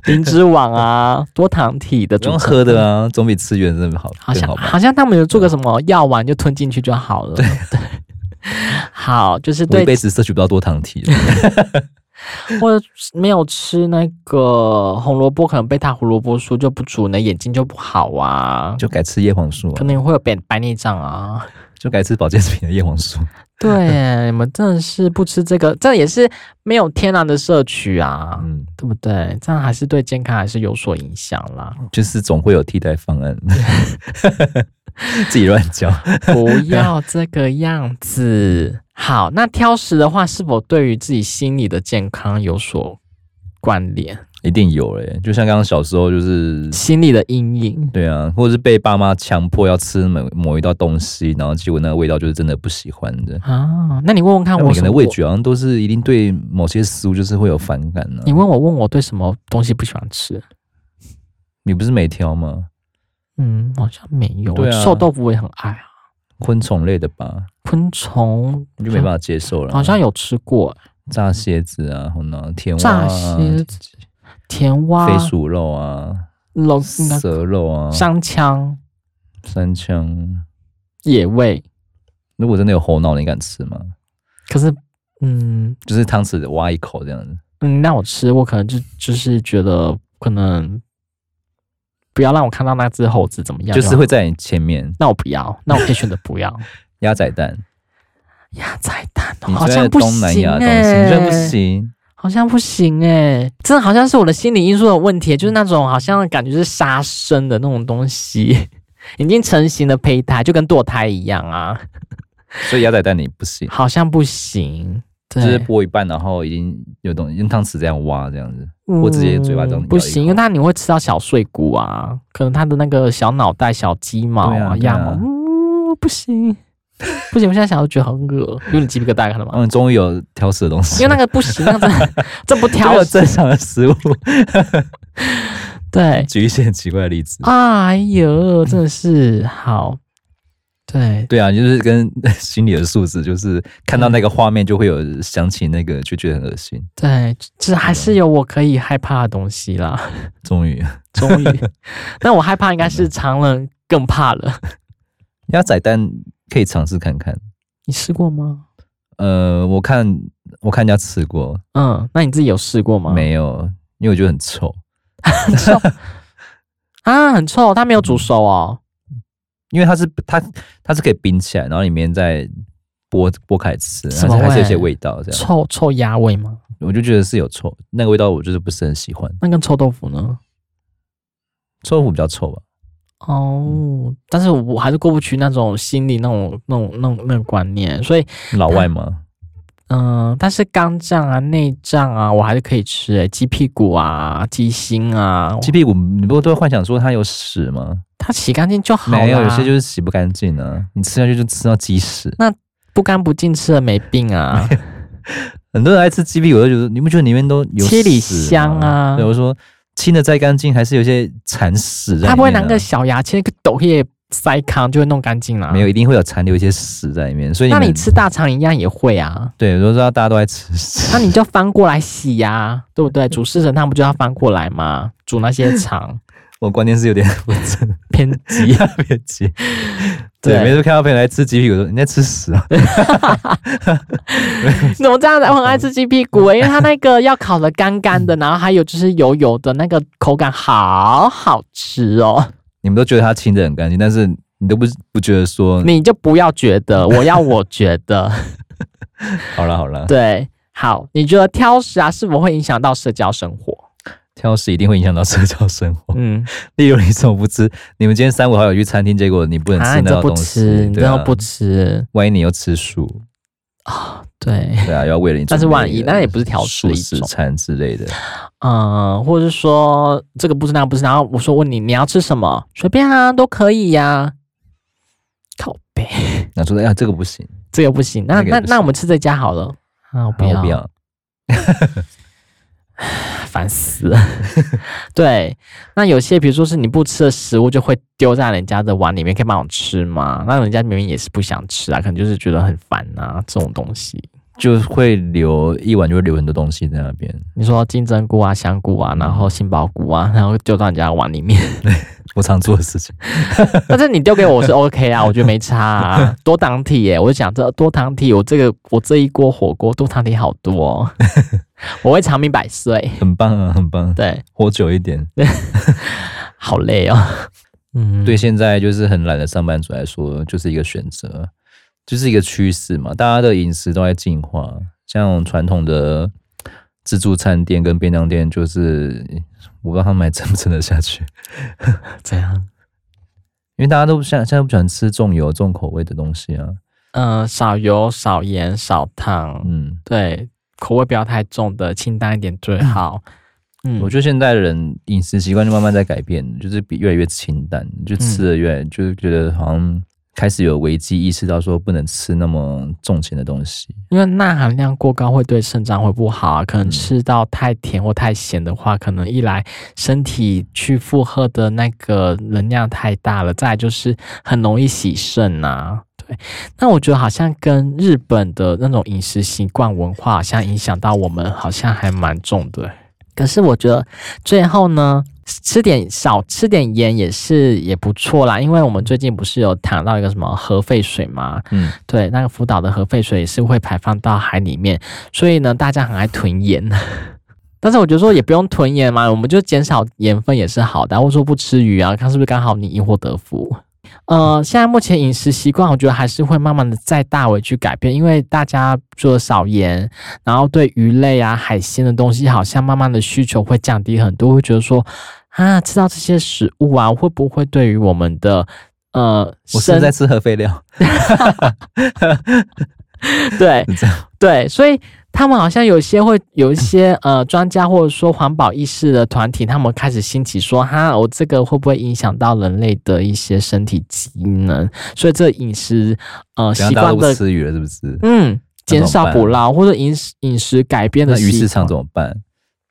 [SPEAKER 2] 灵芝网啊，多糖体的
[SPEAKER 1] 不用
[SPEAKER 2] 组成
[SPEAKER 1] 喝的啊，总比吃原的好
[SPEAKER 2] 好
[SPEAKER 1] 更
[SPEAKER 2] 像
[SPEAKER 1] 好吧？啊
[SPEAKER 2] 好像他们有做个什么药丸，就吞进去就好了。 对，好，就是
[SPEAKER 1] 我一
[SPEAKER 2] 对，
[SPEAKER 1] 辈子摄取不到多糖 体了，
[SPEAKER 2] 或者没有吃那个红萝卜，可能贝塔胡萝卜素就不足，呢，眼睛就不好啊，
[SPEAKER 1] 就改吃叶黄素、
[SPEAKER 2] 可
[SPEAKER 1] 啊，
[SPEAKER 2] 能会有白白内 障啊。
[SPEAKER 1] 就改吃保健品的叶黄素。
[SPEAKER 2] 对，你们真的是不吃这个，这也是没有天然的摄取啊，
[SPEAKER 1] 嗯，
[SPEAKER 2] 对不对？这样还是对健康还是有所影响啦。
[SPEAKER 1] 就是总会有替代方案， 自己乱讲。
[SPEAKER 2] 不要这个样子。好，那挑食的话，是否对于自己心理的健康有所关联？
[SPEAKER 1] 一定有嘞、就像刚刚小时候就是，
[SPEAKER 2] 心理的阴影，
[SPEAKER 1] 对啊，或者是被爸妈强迫要吃某某一道东西，然后结果那个味道就是真的不喜欢的。
[SPEAKER 2] 啊？那你问问看
[SPEAKER 1] 那
[SPEAKER 2] 我
[SPEAKER 1] 每个
[SPEAKER 2] 什
[SPEAKER 1] 人的
[SPEAKER 2] 么
[SPEAKER 1] 味觉好像都是一定对某些食物就是会有反感啊呢、
[SPEAKER 2] 你问我问我对什么东西不喜欢吃？
[SPEAKER 1] 你不是没挑吗？
[SPEAKER 2] 嗯，好像没有。
[SPEAKER 1] 对啊
[SPEAKER 2] 臭豆腐我也很爱啊，
[SPEAKER 1] 昆虫类的吧，
[SPEAKER 2] 昆虫
[SPEAKER 1] 你就没办法接受了。
[SPEAKER 2] 好像有吃过，
[SPEAKER 1] 炸蝎子啊，然后甜蛙、
[SPEAKER 2] 炸
[SPEAKER 1] 啊、
[SPEAKER 2] 蝎子、甜蛙、
[SPEAKER 1] 飞鼠肉啊、
[SPEAKER 2] 龙应该
[SPEAKER 1] 蛇肉啊、
[SPEAKER 2] 香枪、
[SPEAKER 1] 三枪。
[SPEAKER 2] 野味，
[SPEAKER 1] 如果真的有猴脑，你敢吃吗？
[SPEAKER 2] 可是嗯，
[SPEAKER 1] 就是汤匙挖一口这样子。
[SPEAKER 2] 嗯，让我吃，我可能就就是觉得可能不要让我看到那只猴子怎么样，
[SPEAKER 1] 就是会。在你前面
[SPEAKER 2] 那我不要，那我可以选择不 要
[SPEAKER 1] 鸭仔蛋，
[SPEAKER 2] 鸭仔蛋哦，
[SPEAKER 1] 你
[SPEAKER 2] 好
[SPEAKER 1] 觉
[SPEAKER 2] 像
[SPEAKER 1] 得
[SPEAKER 2] 不
[SPEAKER 1] 东南
[SPEAKER 2] 行
[SPEAKER 1] 亚的东西，你觉得不
[SPEAKER 2] 哎、
[SPEAKER 1] 行？
[SPEAKER 2] 好像不行哎、真的好像是我的心理因素的问题，欸就是那种好像感觉是杀生的那种东西， 已经成型的胚胎，就跟堕胎一样啊，
[SPEAKER 1] 所以鸭仔蛋你不行，
[SPEAKER 2] 好像不行。
[SPEAKER 1] 就
[SPEAKER 2] 对，
[SPEAKER 1] 是剥一半，然后已经有东西用汤匙这样挖这样子。我直接嘴巴这样咬一口
[SPEAKER 2] 嗯不行，因为它你会吃到小碎骨啊，可能它的那个小脑袋、小鸡毛
[SPEAKER 1] 对啊对
[SPEAKER 2] 鸭
[SPEAKER 1] 啊
[SPEAKER 2] 毛，嗯，不行，不行，我现在想都觉得很恶，有点鸡皮疙瘩，看到 吗？
[SPEAKER 1] 嗯，终于有挑食的东
[SPEAKER 2] 因
[SPEAKER 1] 西
[SPEAKER 2] 为， 那个不行，那个真的这不
[SPEAKER 1] 没
[SPEAKER 2] 挑
[SPEAKER 1] 有
[SPEAKER 2] 食，
[SPEAKER 1] 正常的食物。
[SPEAKER 2] 对，
[SPEAKER 1] 举一些很奇怪的例子。
[SPEAKER 2] 哎呦，真的是好，对，
[SPEAKER 1] 对啊，就是跟心理的素质，就是看到那个画面就会有想起那个，就觉得很恶心。
[SPEAKER 2] 对，这还是有我可以害怕的东西啦。
[SPEAKER 1] 终于，
[SPEAKER 2] 终于， 那我害怕应该是常人更怕了。
[SPEAKER 1] 鸭仔蛋可以尝试看看。
[SPEAKER 2] 你试过吗？
[SPEAKER 1] 呃，我看我看人家吃过，
[SPEAKER 2] 嗯，那你自己有试过吗？
[SPEAKER 1] 没有，因为我觉得很臭。
[SPEAKER 2] 啊，很臭，它没有煮熟哦。
[SPEAKER 1] 因为它是它它是可以冰起来，然后里面再剥剥开吃，
[SPEAKER 2] 什
[SPEAKER 1] 它
[SPEAKER 2] 么
[SPEAKER 1] 还是有
[SPEAKER 2] 味
[SPEAKER 1] 些味道这样。
[SPEAKER 2] 臭臭鸭味吗？
[SPEAKER 1] 我就觉得是有臭，那个味道我就是不是很喜欢。
[SPEAKER 2] 那跟臭豆腐呢？
[SPEAKER 1] 臭豆腐比较臭吧，
[SPEAKER 2] 哦，但是我还是过不去那种心里那种那种那种那个观念，所以
[SPEAKER 1] 老外嘛，
[SPEAKER 2] 嗯、但是肝脏啊、内脏啊，我还是可以吃诶、鸡屁股啊、鸡心啊，
[SPEAKER 1] 鸡屁股你不都会幻想说它有屎吗？
[SPEAKER 2] 它洗干净就好啦
[SPEAKER 1] 没有，有些就是洗不干净啊，你吃下去就吃到鸡屎。
[SPEAKER 2] 不干不净吃了没病 啊。
[SPEAKER 1] 很多人爱吃鸡屁股，我就觉得你不觉得里面都有
[SPEAKER 2] 七里
[SPEAKER 1] 屎吗
[SPEAKER 2] 香啊
[SPEAKER 1] 对，我说清的再干净，还是有些铲屎在里面、啊。
[SPEAKER 2] 他不会拿个小牙签，一个抖叶塞糠就会弄干净了。
[SPEAKER 1] 没有，一定会有残留一些屎在里面。所以
[SPEAKER 2] 那
[SPEAKER 1] 们
[SPEAKER 2] 你吃大肠一样也会啊，
[SPEAKER 1] 对，都知道大家都爱吃屎。
[SPEAKER 2] 那你就翻过来洗呀、对不对？煮四神汤不就要翻过来吗？煮那些 肠
[SPEAKER 1] 我观念是有点不正
[SPEAKER 2] 偏 激，
[SPEAKER 1] 别急。对，
[SPEAKER 2] 对
[SPEAKER 1] 每次看到朋友来吃鸡屁股，说你在吃屎啊？
[SPEAKER 2] 怎么这样子？我很爱吃鸡屁股、欸，因为它那个要烤的干干的，然后还有就是油油的那个口感好好吃哦。
[SPEAKER 1] 你们都觉得它清的很干净，但是你都不不觉得说
[SPEAKER 2] 你就不要觉得，我要我觉 得，
[SPEAKER 1] 好了好了，
[SPEAKER 2] 对，好，你觉得挑食啊是否会影响到社交生活？
[SPEAKER 1] 挑食一定会影响到社交生活。
[SPEAKER 2] 嗯，
[SPEAKER 1] 例如你怎么不吃？你们今天三五好友去餐厅，结果你不能
[SPEAKER 2] 啊，
[SPEAKER 1] 吃
[SPEAKER 2] 你
[SPEAKER 1] 那
[SPEAKER 2] 这
[SPEAKER 1] 道
[SPEAKER 2] 不
[SPEAKER 1] 东西，
[SPEAKER 2] 吃，你这
[SPEAKER 1] 对啊
[SPEAKER 2] 又不吃，
[SPEAKER 1] 万一你又吃素，
[SPEAKER 2] 对，
[SPEAKER 1] 对啊，要为了你
[SPEAKER 2] 但
[SPEAKER 1] 准备一个素食，
[SPEAKER 2] 是万一那也不是挑食的一
[SPEAKER 1] 食
[SPEAKER 2] 种
[SPEAKER 1] 餐之类的，
[SPEAKER 2] 嗯，或者是说这个不是那个不是，然后我说问你你要吃什么，随便啊都可以呀、靠背，
[SPEAKER 1] 那说哎呀这个不行，
[SPEAKER 2] 这个不行，
[SPEAKER 1] 那
[SPEAKER 2] 那
[SPEAKER 1] 个也
[SPEAKER 2] 那
[SPEAKER 1] 不
[SPEAKER 2] 那我
[SPEAKER 1] 行
[SPEAKER 2] 们吃这家好了啊，我不
[SPEAKER 1] 啊
[SPEAKER 2] 要，
[SPEAKER 1] 我不要，
[SPEAKER 2] 烦死了。 对，那有些比如说是你不吃的食物，就会丢在人家的碗里面，可以帮我吃吗？那人家明明也是不想吃啊，可能就是觉得很烦啊，这种东西。
[SPEAKER 1] 就会留一碗，就会留很多东西在那边。
[SPEAKER 2] 你说金针菇啊、香菇啊，然后杏鲍菇啊， 然后丢到人家的碗里面，
[SPEAKER 1] 我常做的事情，
[SPEAKER 2] 但是你丢给我是 OK 啊，我觉得没差啊，多糖体耶、我就想这多糖体，我这个我这一锅火锅多糖体好多 哦、我会长命百岁。
[SPEAKER 1] 很棒啊，很棒，
[SPEAKER 2] 对，
[SPEAKER 1] 活久一点。
[SPEAKER 2] 好累哦。嗯，
[SPEAKER 1] 对，现在就是很懒的上班族来说，就是一个选择，就是一个趋势嘛。大家的饮食都在进化，像传统的自助餐店跟便当店，就是我不知道他们还撑不撑得下去，
[SPEAKER 2] 怎样？
[SPEAKER 1] 因为大家都不现现在不喜欢吃重油重口味的东西啊。
[SPEAKER 2] 嗯、少油、少盐、少糖，
[SPEAKER 1] 嗯，
[SPEAKER 2] 对，口味不要太重的，清淡一点最好。嗯，
[SPEAKER 1] 我觉得现代人饮食习惯就慢慢在改变，就是比越来越清淡，就吃的越
[SPEAKER 2] 嗯
[SPEAKER 1] 来、就是觉得好像开始有危机意识到说不能吃那么重咸的东西。
[SPEAKER 2] 因为钠含量过高会对肾脏会不好啊，可能吃到太甜或太咸的话，可能一来身体去负荷的那个能量太大了，再来就是很容易洗肾啊。对，那我觉得好像跟日本的那种饮食习惯文化好像影响到我们，好像还蛮重的。欸可是我觉得最后呢，吃点少吃点盐也是也不错啦，因为我们最近不是有谈到一个什么核废水嘛，
[SPEAKER 1] 嗯，
[SPEAKER 2] 对，那个福岛的核废水也是会排放到海里面，所以呢，大家很爱囤盐。 但是我觉得说也不用囤盐嘛，我们就减少盐分也是好的啊，或者说不吃鱼啊，看是不是刚好你因祸得福。呃，现在目前饮食习惯，我觉得还是会慢慢的在大为去改变，因为大家做少盐，然后对鱼类啊、海鲜的东西，好像慢慢的需求会降低很多，会觉得说啊，吃到这些食物啊，会不会对于我们的呃
[SPEAKER 1] 我是不
[SPEAKER 2] 身
[SPEAKER 1] 是在吃核废料。
[SPEAKER 2] 对
[SPEAKER 1] 是这
[SPEAKER 2] 对，所以他们好像有些会有一 些呃专家或者说环保意识的团体，他们开始兴起说哈，我这个会不会影响到人类的一些身体机能？所以这饮食呃
[SPEAKER 1] 怎样
[SPEAKER 2] 习
[SPEAKER 1] 大家都
[SPEAKER 2] 惯
[SPEAKER 1] 不
[SPEAKER 2] 的
[SPEAKER 1] 吃鱼了，是不是？
[SPEAKER 2] 嗯
[SPEAKER 1] 那怎
[SPEAKER 2] 减
[SPEAKER 1] 么
[SPEAKER 2] 少
[SPEAKER 1] 办
[SPEAKER 2] 捕捞或者饮食饮食改变的
[SPEAKER 1] 那
[SPEAKER 2] 习
[SPEAKER 1] 鱼市
[SPEAKER 2] 惯
[SPEAKER 1] 场怎么办？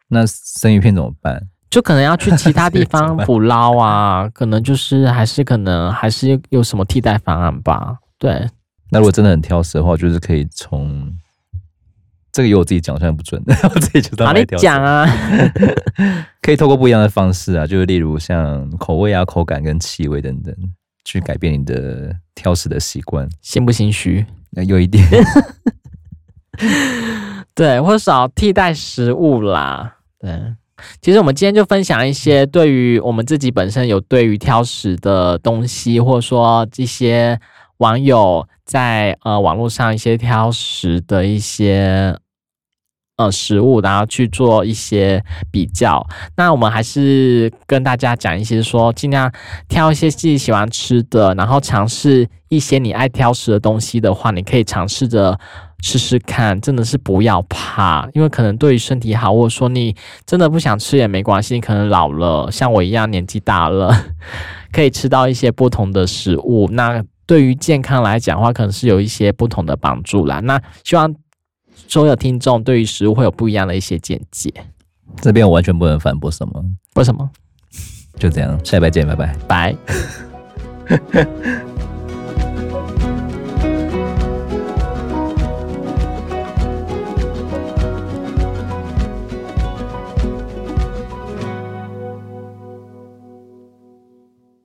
[SPEAKER 1] 那生鱼片怎么办？
[SPEAKER 2] 就可能要去其他地
[SPEAKER 1] 怎么
[SPEAKER 2] 方
[SPEAKER 1] 办
[SPEAKER 2] 捕捞啊，可能就是还是可能还是有有什么替代方案吧？对，
[SPEAKER 1] 那如果真的很挑食的话，我就是可以从这个由我自己讲，虽然不准， 我自己觉得
[SPEAKER 2] 啊
[SPEAKER 1] 蛮
[SPEAKER 2] 你
[SPEAKER 1] 挑食
[SPEAKER 2] 讲啊，
[SPEAKER 1] 可以透过不一样的方式啊，就是例如像口味啊、口感跟气味等等，去改变你的挑食的习惯。
[SPEAKER 2] 心不心虚？
[SPEAKER 1] 那有一点，
[SPEAKER 2] 对，或少替代食物啦。对，其实我们今天就分享一些对于我们自己本身有对于挑食的东西，或者说这些网友在呃网络上一些挑食的一些呃食物，然后去做一些比较。那我们还是跟大家讲一些说，尽量挑一些自己喜欢吃的，然后尝试一些你爱挑食的东西的话，你可以尝试着试试看，真的是不要怕，因为可能对于身体好，或者说你真的不想吃也没关系，你可能老了，像我一样年纪大了， 可以吃到一些不同的食物，那对于健康来讲的话，可能是有一些不同的帮助啦。那希望所有听众对于食物会有不一样的一些见解。
[SPEAKER 1] 这边我完全不能反驳什么，
[SPEAKER 2] 为什么？
[SPEAKER 1] 就这样，下礼拜见，拜拜。
[SPEAKER 2] 白。